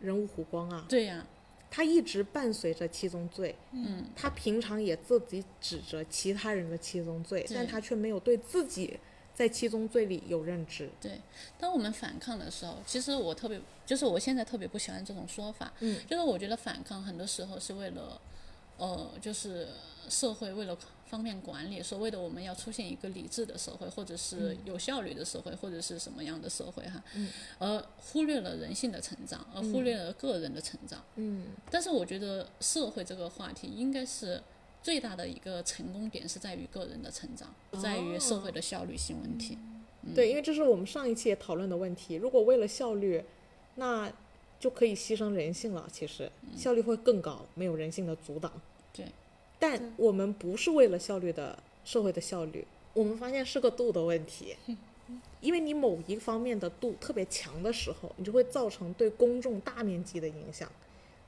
[SPEAKER 1] 人物弧光啊，
[SPEAKER 2] 对呀、
[SPEAKER 1] 他一直伴随着七宗罪，嗯，他平常也自己指着其他人的七宗罪，
[SPEAKER 2] 对
[SPEAKER 1] 但他却没有对自己在七宗罪里有认知。
[SPEAKER 2] 对，当我们反抗的时候，其实我特别，就是我现在特别不喜欢这种说法，
[SPEAKER 1] 嗯，
[SPEAKER 2] 就是我觉得反抗很多时候是为了，呃，就是社会为了方便管理，所谓的我们要出现一个理智的社会，或者
[SPEAKER 1] 嗯
[SPEAKER 2] 是有效率的社会，或者是什么样的社会哈，嗯，而忽略了人性的成长，而忽略了个人的成长，
[SPEAKER 1] 嗯，
[SPEAKER 2] 但是我觉得社会这个话题应该是。最大的一个成功点是在于个人的成长，不在于社
[SPEAKER 1] 哦
[SPEAKER 2] 会的效率性问题。
[SPEAKER 1] 嗯对，因为这是我们上一期也讨论的问题。如果为了效率，那就可以牺牲人性了。其实效率会更高，没有人性的阻挡。
[SPEAKER 2] 对，
[SPEAKER 1] 但我们不是为了效率的社会的效率，我们发现是个度的问题。因为你某一方面的度特别强的时候，你就会造成对公众大面积的影响。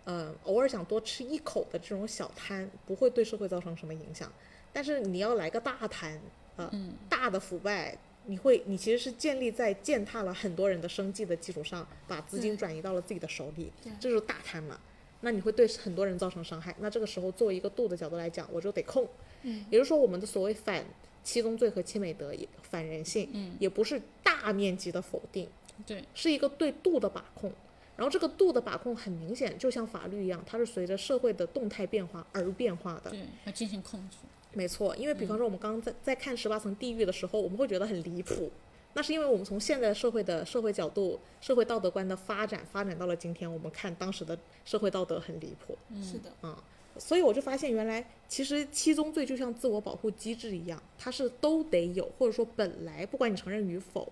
[SPEAKER 1] 嗯、偶尔想多吃一口的这种小贪，不会对社会造成什么影响。但是你要来个大贪，呃，大的腐败，你会，你其实是建立在践踏了很多人的生计的基础上，把资金转移到了自己的手里，这就是大贪嘛。那你会对很多人造成伤害。那这个时候，作为一个度的角度来讲，我就得控。嗯，也就是说，我们的所谓反七宗罪和七美德也反人性，嗯，也不是大面积的否定，
[SPEAKER 2] 对，
[SPEAKER 1] 是一个对度的把控。然后这个度的把控很明显，就像法律一样，它是随着社会的动态变化而变化的。
[SPEAKER 2] 对，要进行控制。
[SPEAKER 1] 没错，因为比方说我们刚刚在在看十八层地狱的时候，我们会觉得很离谱，那是因为我们从现在社会的社会角度、社会道德观的发展，发展到了今天，我们看当时的社会道德很离谱。
[SPEAKER 2] 嗯
[SPEAKER 3] 是的，
[SPEAKER 1] 所以我就发现，原来其实七宗罪就像自我保护机制一样，它是都得有，或者说本来不管你承认与否，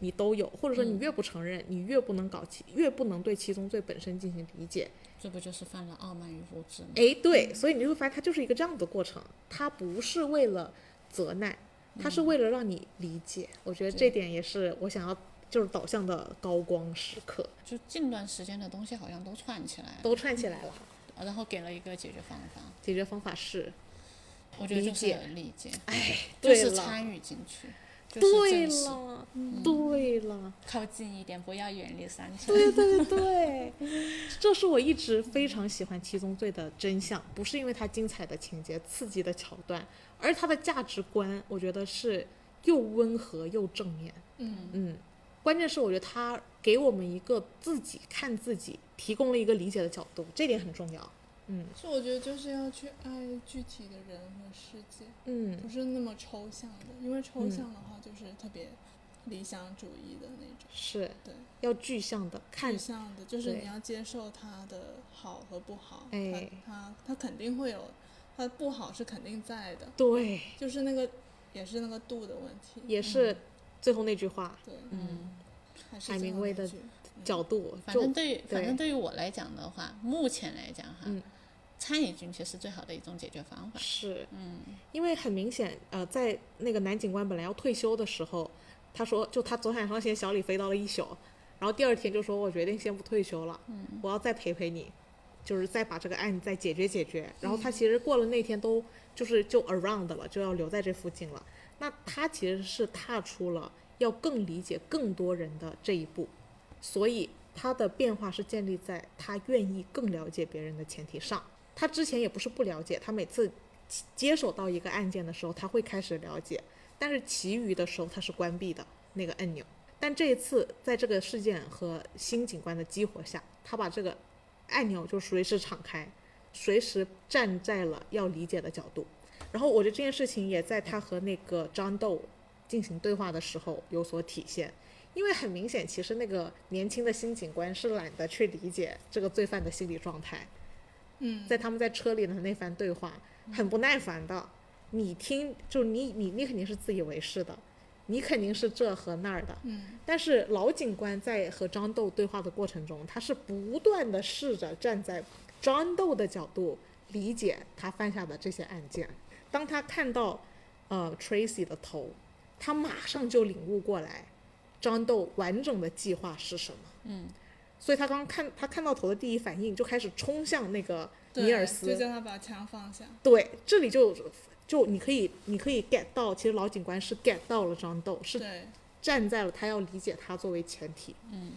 [SPEAKER 1] 你都有，或者说你越不承认，你越不能搞七，越不能对七宗罪本身进行理解。
[SPEAKER 2] 这不就是犯了傲慢与无知吗？
[SPEAKER 1] 哎，对，所以你就会发现它就是一个这样的过程，它不是为了责难，它
[SPEAKER 2] 嗯
[SPEAKER 1] 是为了让你理解。我觉得这点也是我想要就是导向的高光时刻，
[SPEAKER 2] 就近段时间的东西好像都串起来了，
[SPEAKER 1] 都串起来了。
[SPEAKER 2] 啊然后给了一个解决方法。
[SPEAKER 1] 解决方法是，
[SPEAKER 2] 我觉得
[SPEAKER 1] 理
[SPEAKER 2] 就是
[SPEAKER 1] 解
[SPEAKER 2] 理解，
[SPEAKER 1] 哎，
[SPEAKER 2] 就
[SPEAKER 1] 对
[SPEAKER 2] 是
[SPEAKER 1] 了，
[SPEAKER 2] 参与进去，就是嗯
[SPEAKER 1] 对
[SPEAKER 2] 正视，
[SPEAKER 1] 了，对了。
[SPEAKER 2] 靠近一点，不要远离三尺。
[SPEAKER 1] 对对对，这是我一直非常喜欢《七宗罪》的真相，不是因为它精彩的情节、刺激的桥段，而它的价值观，我觉得是又温和又正面。
[SPEAKER 3] 嗯
[SPEAKER 1] 嗯，关键是我觉得它给我们一个自己看自己，提供了一个理解的角度，这点很重要。嗯
[SPEAKER 3] 是我觉得就是要去爱具体的人和世界，
[SPEAKER 1] 嗯，
[SPEAKER 3] 不是那么抽象的，因为
[SPEAKER 2] 嗯
[SPEAKER 3] 抽象的话就是特别理想主义的那种，
[SPEAKER 1] 是
[SPEAKER 3] 对，
[SPEAKER 1] 要具象的看
[SPEAKER 3] 具，象的，就是
[SPEAKER 1] 对
[SPEAKER 3] 你要接受它的好和不好，
[SPEAKER 1] 哎
[SPEAKER 3] 它它它肯定会有，它不好是肯定在的，
[SPEAKER 1] 对，
[SPEAKER 3] 就是那个也是那个度的问题，
[SPEAKER 1] 也是最后那句话，
[SPEAKER 3] 对，
[SPEAKER 2] 嗯，
[SPEAKER 3] 还是
[SPEAKER 1] 海
[SPEAKER 3] 最
[SPEAKER 1] 明
[SPEAKER 3] 后
[SPEAKER 1] 威
[SPEAKER 3] 那
[SPEAKER 1] 的
[SPEAKER 3] 句
[SPEAKER 1] 角度
[SPEAKER 2] 反
[SPEAKER 1] 就
[SPEAKER 2] 正对于反正
[SPEAKER 1] 对
[SPEAKER 2] 对于我来讲的话，目前来讲哈，
[SPEAKER 1] 嗯
[SPEAKER 2] 参与进去是最好的一种解决方法。
[SPEAKER 1] 是。
[SPEAKER 2] 嗯，
[SPEAKER 1] 因为很明显，呃，在那个男警官本来要退休的时候，他说，就他昨晚上先小李飞到了一宿，然后第二天就说，我决定先不退休了，我要再陪陪你，就是再把这个案再解决解决。然后他其实过了那天都就是就 around 了，就要留在这附近了。那他其实是踏出了要更理解更多人的这一步，所以他的变化是建立在他愿意更了解别人的前提上。他之前也不是不了解，他每次接手到一个案件的时候，他会开始了解，但是其余的时候他是关闭的那个按钮。但这一次，在这个事件和新警官的激活下，他把这个按钮就随时敞开，随时站在了要理解的角度。然后我觉得这件事情也在他和那个张豆进行对话的时候有所体现，因为很明显，其实那个年轻的新警官是懒得去理解这个罪犯的心理状态，
[SPEAKER 3] 嗯，
[SPEAKER 1] 在他们在车里的那番对话，很不耐烦的。你听，就你你你肯定是自以为是的，你肯定是这和那儿的。
[SPEAKER 3] 嗯，
[SPEAKER 1] 但是老警官在和张豆对话的过程中，他是不断的试着站在张豆的角度理解他犯下的这些案件。当他看到呃 Tracy 的头，他马上就领悟过来，张豆完整的计划是什么。
[SPEAKER 2] 嗯，
[SPEAKER 1] 所以他刚看他看到头的第一反应就开始冲向那个
[SPEAKER 3] 对
[SPEAKER 1] 尼尔斯，
[SPEAKER 3] 就叫他把枪放下，
[SPEAKER 1] 对，这里就就你可以你可以 get 到，其实老警官是 get 到了张豆，是
[SPEAKER 3] 对，
[SPEAKER 1] 站在了他要理解他作为前提。嗯，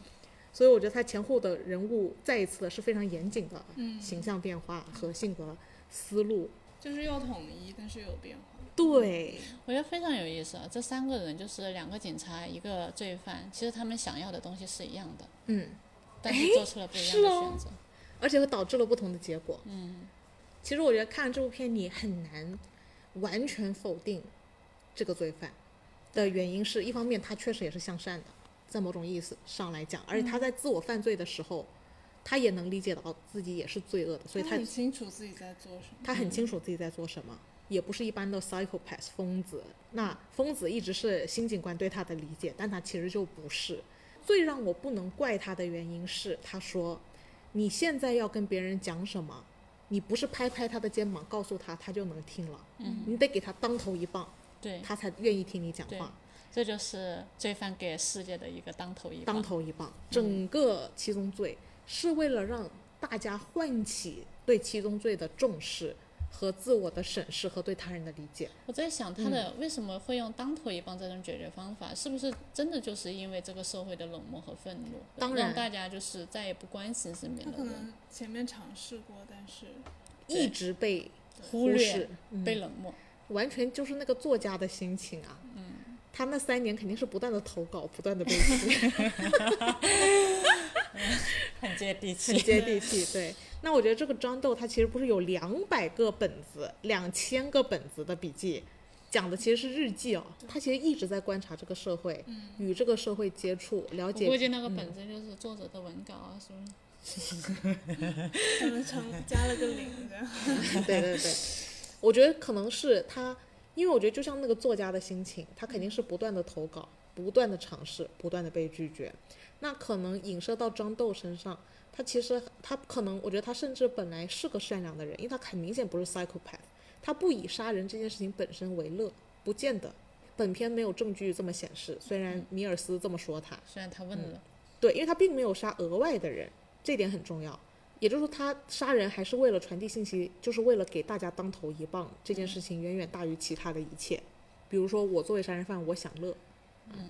[SPEAKER 1] 所以我觉得他前后的人物再一次的是非常严谨的
[SPEAKER 3] 嗯，
[SPEAKER 1] 形象变化和性格思路。
[SPEAKER 3] 就是又统一，但是又有变化，
[SPEAKER 1] 嗯对，
[SPEAKER 2] 我觉得非常有意思啊！这三个人就是两个警察，一个罪犯，其实他们想要的东西是一样的，
[SPEAKER 1] 嗯，
[SPEAKER 2] 但是做出了不一样
[SPEAKER 1] 是
[SPEAKER 2] 的
[SPEAKER 1] 哦
[SPEAKER 2] 选择。
[SPEAKER 1] 而且会导致了不同的结果。嗯，其实我觉得看了这部片，你很难完全否定这个罪犯的原因是，一方面他确实也是向善的，在某种意思上来讲，而且他在自我犯罪的时候，他也能理解到自己也是罪恶的，所以
[SPEAKER 3] 他
[SPEAKER 1] 他
[SPEAKER 3] 很清楚自己在做什么，
[SPEAKER 1] 他
[SPEAKER 2] 嗯
[SPEAKER 1] 很清楚自己在做什么，也不是一般的 psychopath 疯子。那疯子一直是新警官对他的理解，但他其实就不是。最让我不能怪他的原因是，他说：“你现在要跟别人讲什么，你不是拍拍他的肩膀告诉他，他就能听了，
[SPEAKER 2] 嗯
[SPEAKER 1] 你得给他当头一棒，
[SPEAKER 2] 对
[SPEAKER 1] 他才愿意听你讲
[SPEAKER 2] 对
[SPEAKER 1] 话。
[SPEAKER 2] 这就是罪犯给世界的一个当头一棒。嗯
[SPEAKER 1] 当头一棒，整个七宗罪是为了让大家唤起对七宗罪的重视和自我的审视和对他人的理解。
[SPEAKER 2] 我在想，他的
[SPEAKER 1] 嗯
[SPEAKER 2] 为什么会用当头一棒这种解决方法？是不是真的就是因为这个社会的冷漠和愤怒，
[SPEAKER 1] 当
[SPEAKER 2] 让
[SPEAKER 1] 然
[SPEAKER 2] 大家就是再也不关心身边
[SPEAKER 3] 他
[SPEAKER 2] 的
[SPEAKER 3] 可
[SPEAKER 2] 人，
[SPEAKER 3] 能前面尝试过，但是
[SPEAKER 1] 一直被
[SPEAKER 2] 忽
[SPEAKER 1] 视嗯
[SPEAKER 2] 略、嗯被冷漠？
[SPEAKER 1] 完全就是那个作家的心情啊。嗯，他那三年肯定是不断的投稿，不断的被
[SPEAKER 2] [laughs]
[SPEAKER 1] 批，
[SPEAKER 2] 很接地
[SPEAKER 1] 很
[SPEAKER 2] 气。
[SPEAKER 1] 接地气。对，那我觉得这个张豆他其实不是有两百个本子、两千个本子的笔记，讲的其实是日记哦。他其实一直在观察这个社会，
[SPEAKER 3] 嗯
[SPEAKER 1] [laughs] 与这个社会接触，了
[SPEAKER 2] 我
[SPEAKER 1] 解嗯
[SPEAKER 2] 估计那个本子就是作者的文稿啊，什么
[SPEAKER 3] 可能成加了个零这样。
[SPEAKER 1] 对对对，我觉得可能是他，因为我觉得就像那个作家的心情，他肯定是不断的投稿，不断的尝试，不断的被拒绝。那可能影射到张豆身上，他其实他可能，我觉得他甚至本来是个善良的人，因为他很明显不是 psychopath，他不以杀人这件事情本身为乐，不见得。本片没有证据这么显示，虽然米尔斯这么说他，
[SPEAKER 2] 虽然他问了，
[SPEAKER 1] 对，因为他并没有杀额外的人，这点很重要。也就是说，他杀人还是为了传递信息，就是为了给大家当头一棒。这件事情远远大于其他的一切。比如说，我作为杀人犯，我享乐，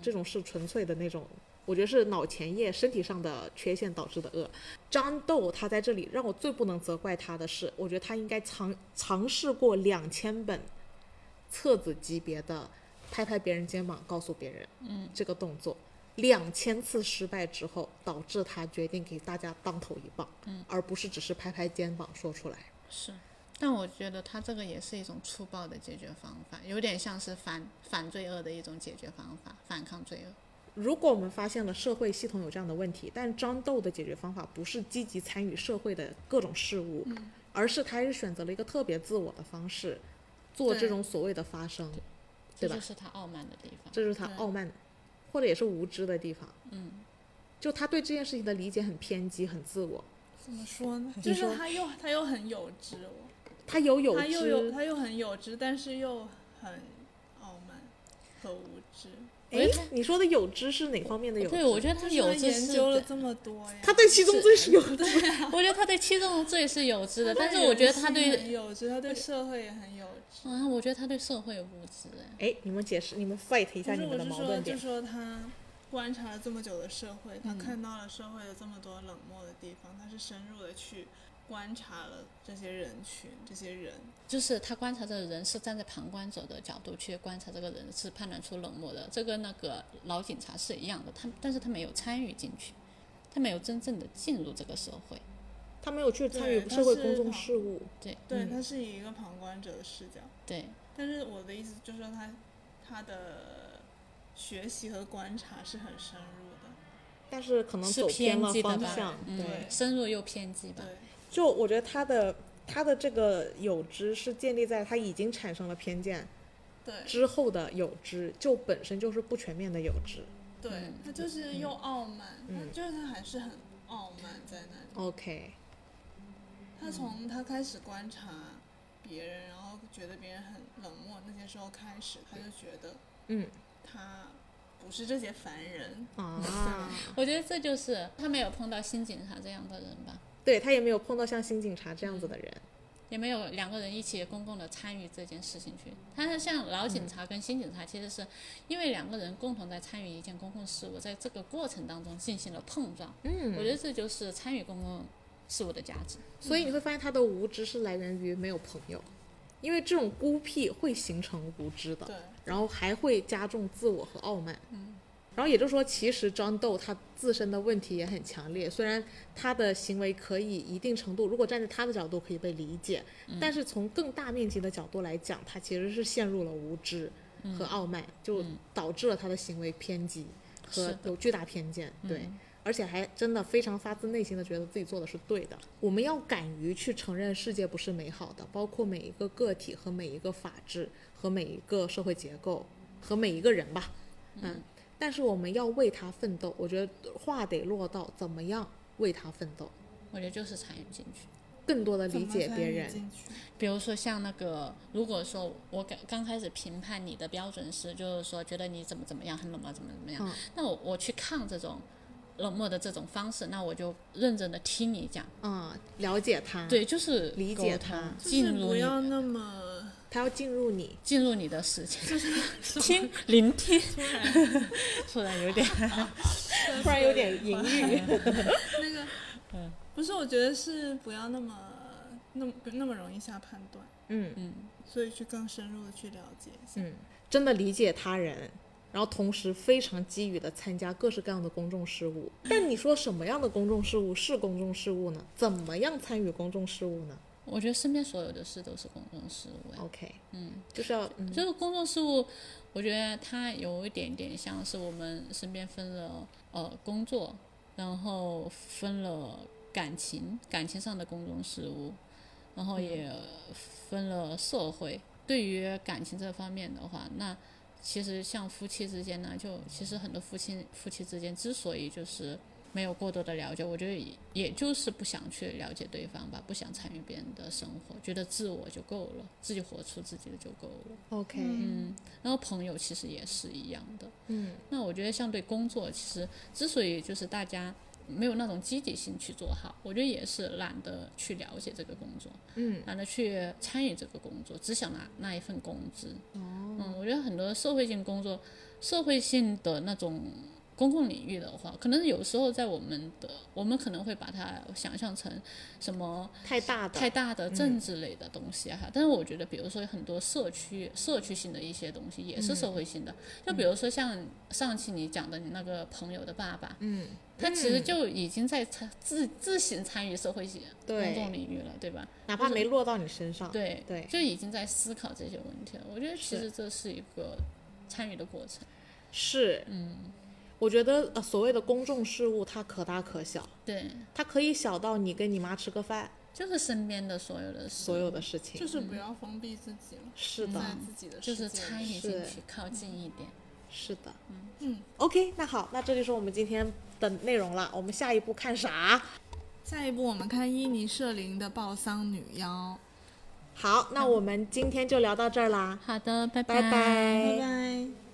[SPEAKER 1] 这种是纯粹的那种，我觉得是脑前叶身体上的缺陷导致的恶。张豆他在这里让我最不能责怪他的是，我觉得他应该尝尝试过两千本册子级别的拍拍别人肩膀，告诉别人，嗯，这个动作。两千次失败之后，导致他决定给大家当头一棒，嗯，而不是只是拍拍肩膀说出来。
[SPEAKER 2] 是。但我觉得他这个也是一种粗暴的解决方法，有点像是反反罪恶的一种解决方法，反抗罪恶。
[SPEAKER 1] 如果我们发现了社会系统有这样的问题，但张豆的解决方法不是积极参与社会的各种事务，而是他还是选择了一个特别自我的方式，做这
[SPEAKER 3] 对
[SPEAKER 1] 种所谓的发声，
[SPEAKER 2] 这
[SPEAKER 1] 对吧
[SPEAKER 2] 就是他傲慢的地方。
[SPEAKER 1] 这就是他
[SPEAKER 3] 对
[SPEAKER 1] 傲慢，或者也是无知的地方。嗯，就他对这件事情的理解很偏激、很自我，
[SPEAKER 3] 怎么说呢？
[SPEAKER 1] 你
[SPEAKER 3] 就是
[SPEAKER 1] 说
[SPEAKER 3] 他又他又很有知，我
[SPEAKER 1] 他有有
[SPEAKER 3] 他又有
[SPEAKER 1] 知，
[SPEAKER 3] 他又很有知，但是又很傲慢和无知。
[SPEAKER 2] 我
[SPEAKER 1] 哎
[SPEAKER 2] 觉得，
[SPEAKER 1] 你说的有知是哪方面的有知？
[SPEAKER 2] 对，我觉得
[SPEAKER 3] 就
[SPEAKER 2] 他
[SPEAKER 3] 是
[SPEAKER 2] 有
[SPEAKER 3] 他
[SPEAKER 2] 知
[SPEAKER 3] 研
[SPEAKER 2] 识
[SPEAKER 3] 究了
[SPEAKER 2] 的
[SPEAKER 3] 这么多呀，
[SPEAKER 1] 他对七宗罪是有知
[SPEAKER 2] 我觉得他对七宗罪是有知的，
[SPEAKER 3] 他
[SPEAKER 2] 但是我觉得他
[SPEAKER 3] 人性很
[SPEAKER 2] 对，
[SPEAKER 3] 有知，他对社会也很有知。
[SPEAKER 2] 啊，我觉得他对社会无知。哎
[SPEAKER 1] 哎，你们解释，你们 fight 一
[SPEAKER 3] 不
[SPEAKER 1] 下
[SPEAKER 3] 是，
[SPEAKER 1] 你
[SPEAKER 3] 我
[SPEAKER 1] 们的
[SPEAKER 3] 是
[SPEAKER 1] 矛
[SPEAKER 3] 说，
[SPEAKER 1] 盾
[SPEAKER 3] 就
[SPEAKER 1] 点。嗯
[SPEAKER 3] 说他观察了这么久的社会，他看到了社会的这么多冷漠的地方，他是深入的去观察了这些人群，这些人。
[SPEAKER 2] 就是他观察这个人是站在旁观者的角度去观察这个人，是判断出冷漠的。这跟那个老警察是一样的，他但是他没有参与进去，他没有真正的进入这个社会。
[SPEAKER 1] 他没有去参与
[SPEAKER 3] 对
[SPEAKER 1] 社会
[SPEAKER 3] 他是
[SPEAKER 1] 公众
[SPEAKER 3] 旁
[SPEAKER 1] 事务，
[SPEAKER 2] 对
[SPEAKER 3] 对，
[SPEAKER 1] 嗯
[SPEAKER 3] 他是以一个旁观者的视角。
[SPEAKER 2] 对，
[SPEAKER 3] 但是我的意思就是说他他的学习和观察是很深入的。
[SPEAKER 1] 但是可能
[SPEAKER 2] 是
[SPEAKER 1] 走偏
[SPEAKER 2] 偏
[SPEAKER 1] 了
[SPEAKER 2] 激的
[SPEAKER 1] 方
[SPEAKER 2] 吧
[SPEAKER 1] 向。
[SPEAKER 2] 嗯
[SPEAKER 1] 对，
[SPEAKER 2] 深入又偏激吧。
[SPEAKER 3] 对，
[SPEAKER 1] 就我觉得他的他的这个有知是建立在他已经产生了偏见
[SPEAKER 3] 对，
[SPEAKER 1] 之后的有知，就本身就是不全面的有知。
[SPEAKER 3] 对，他就是又傲慢，
[SPEAKER 1] 嗯
[SPEAKER 3] 他就是他还是很傲慢在那里。
[SPEAKER 1] OK，嗯
[SPEAKER 3] 他从他开始观察别人，然后觉得别人很冷漠，那些时候开始，他就觉得
[SPEAKER 1] 嗯
[SPEAKER 3] 他不是这些凡人。 [laughs]
[SPEAKER 1] 啊，
[SPEAKER 2] 我觉得这就是他没有碰到新警察这样的人吧，
[SPEAKER 1] 对他也没有碰到像新警察这样子的人。
[SPEAKER 2] 也没有两个人一起公共的参与这件事情去。他是像老警察跟新警察，其实是因为两个人共同在参与一件公共事务，在这个过程当中进行了碰撞。嗯，我觉得这就是参与公共事务的价值。
[SPEAKER 3] 嗯
[SPEAKER 1] 所以你会发现他的无知是来源于没有朋友，因为这种孤僻会形成无知的。
[SPEAKER 3] 对，
[SPEAKER 1] 然后还会加重自我和傲慢。嗯，然后也就是说，其实张豆他自身的问题也很强烈，虽然他的行为可以一定程度，如果站在他的角度可以被理解，
[SPEAKER 2] 嗯
[SPEAKER 1] 但是从更大面积的角度来讲，他其实是陷入了无知
[SPEAKER 2] 嗯
[SPEAKER 1] 和傲慢，就导致了他的行为偏激
[SPEAKER 2] 是
[SPEAKER 1] 和
[SPEAKER 2] 的嗯
[SPEAKER 1] 有巨大偏见。对。而且还真的非常发自内心的觉得自己做的是对的。我们要敢于去承认世界不是美好的，包括每一个个体和每一个法治和每一个社会结构和每一个人吧。嗯，但是我们要为他奋斗。我觉得话得落到怎么样为他奋斗，
[SPEAKER 2] 我觉得就是参与进去。
[SPEAKER 1] 更多的
[SPEAKER 3] 怎
[SPEAKER 1] 理
[SPEAKER 3] 么
[SPEAKER 1] 解
[SPEAKER 3] 参
[SPEAKER 1] 别
[SPEAKER 3] 与
[SPEAKER 1] 人。
[SPEAKER 3] 进去
[SPEAKER 2] 比如说像那个，如果说我刚刚开始评判你的标准是，就是说觉得你怎么怎么样，很冷漠，怎么怎么样，
[SPEAKER 1] 嗯
[SPEAKER 2] 那我我去抗这种冷漠的这种方式，那我就认真的听你讲，
[SPEAKER 1] 嗯，了解他，
[SPEAKER 2] 对，就是
[SPEAKER 1] 理解
[SPEAKER 2] 沟通
[SPEAKER 1] 他
[SPEAKER 3] 就
[SPEAKER 2] 进
[SPEAKER 3] 是
[SPEAKER 2] 入
[SPEAKER 3] 不
[SPEAKER 2] 你
[SPEAKER 3] 要那么 [laughs]
[SPEAKER 1] 他要进入你，
[SPEAKER 2] 进入你的世界，听 [laughs] 聆听，
[SPEAKER 3] 突然，
[SPEAKER 2] 突然有点
[SPEAKER 1] 突然有点淫欲。
[SPEAKER 3] [laughs] 那个，不是，我觉得是不要那么那么那么容易下判断，
[SPEAKER 1] 嗯
[SPEAKER 3] 所以去更深入的去了解一下。
[SPEAKER 1] 嗯，真的理解他人，然后同时非常机遇的参加各式各样的公众事务。但你说什么样的公众事务是公众事务呢？怎么样参与公众事务呢
[SPEAKER 2] 我觉得身边所有的事都是公众事务，
[SPEAKER 1] ？OK，嗯，就是要嗯
[SPEAKER 2] 就是公众事务，我觉得它有一点点像是我们身边分了呃工作，然后分了感情，感情上的公众事务，然后也分了社会。对于感情这方面的话，那其实像夫妻之间呢，就其实很多夫妻夫妻之间之所以就是没有过多的了解，我觉得也也就是不想去了解对方吧，不想参与别人的生活，觉得自我就够了，自己活出自己的就够了。
[SPEAKER 1] OK，
[SPEAKER 2] 嗯，然后朋友其实也是一样的。
[SPEAKER 1] 嗯
[SPEAKER 2] 那我觉得相对工作，其实之所以就是大家没有那种积极性去做好，我觉得也是懒得去了解这个工作，
[SPEAKER 1] 嗯，
[SPEAKER 2] 懒得去参与这个工作，只想拿那一份工资。哦，嗯，我觉得很多社会性工作，社会性的那种。公共领域的话，可能有时候在我们的，我们可能会把它想象成什么
[SPEAKER 1] 太大的，
[SPEAKER 2] 太大的政治类的东西
[SPEAKER 1] 嗯
[SPEAKER 2] 哈、但是我觉得，比如说很多社区社区性的一些东西也是社会性
[SPEAKER 1] 嗯
[SPEAKER 2] 的，就比如说像上期你讲的你那个朋友的爸爸，
[SPEAKER 1] 嗯，
[SPEAKER 2] 他其实就已经在参自自行参与社会性公众
[SPEAKER 1] 对，
[SPEAKER 2] 领域了，对吧？
[SPEAKER 1] 哪怕没落到你身上，
[SPEAKER 2] 对
[SPEAKER 1] 对
[SPEAKER 2] 就已经在思考这些问题了。我觉得其
[SPEAKER 1] 是
[SPEAKER 2] 实这是一个参与的过程，
[SPEAKER 1] 是，嗯，我觉得呃所谓的公众事务，它可大可小，
[SPEAKER 2] 对，
[SPEAKER 1] 它可以小到你跟你妈吃个饭，
[SPEAKER 2] 就是身边的所有的事，
[SPEAKER 1] 所有的事情，
[SPEAKER 3] 就是嗯不要封闭自己了，
[SPEAKER 1] 是的，
[SPEAKER 3] 在自己的
[SPEAKER 2] 就
[SPEAKER 3] 世界
[SPEAKER 2] 是
[SPEAKER 3] 里
[SPEAKER 2] 参与进
[SPEAKER 1] 是
[SPEAKER 2] 去，靠近一点。
[SPEAKER 1] 是的，嗯
[SPEAKER 3] 嗯
[SPEAKER 1] ，OK，那好，那这就是我们今天的内容了，我们下一步看啥？
[SPEAKER 3] 下一步我们看伊尼舍林的抱丧女妖，
[SPEAKER 1] 好，那我们今天就聊到这儿啦，
[SPEAKER 2] 嗯好的，拜
[SPEAKER 1] 拜
[SPEAKER 2] 拜
[SPEAKER 3] 拜拜。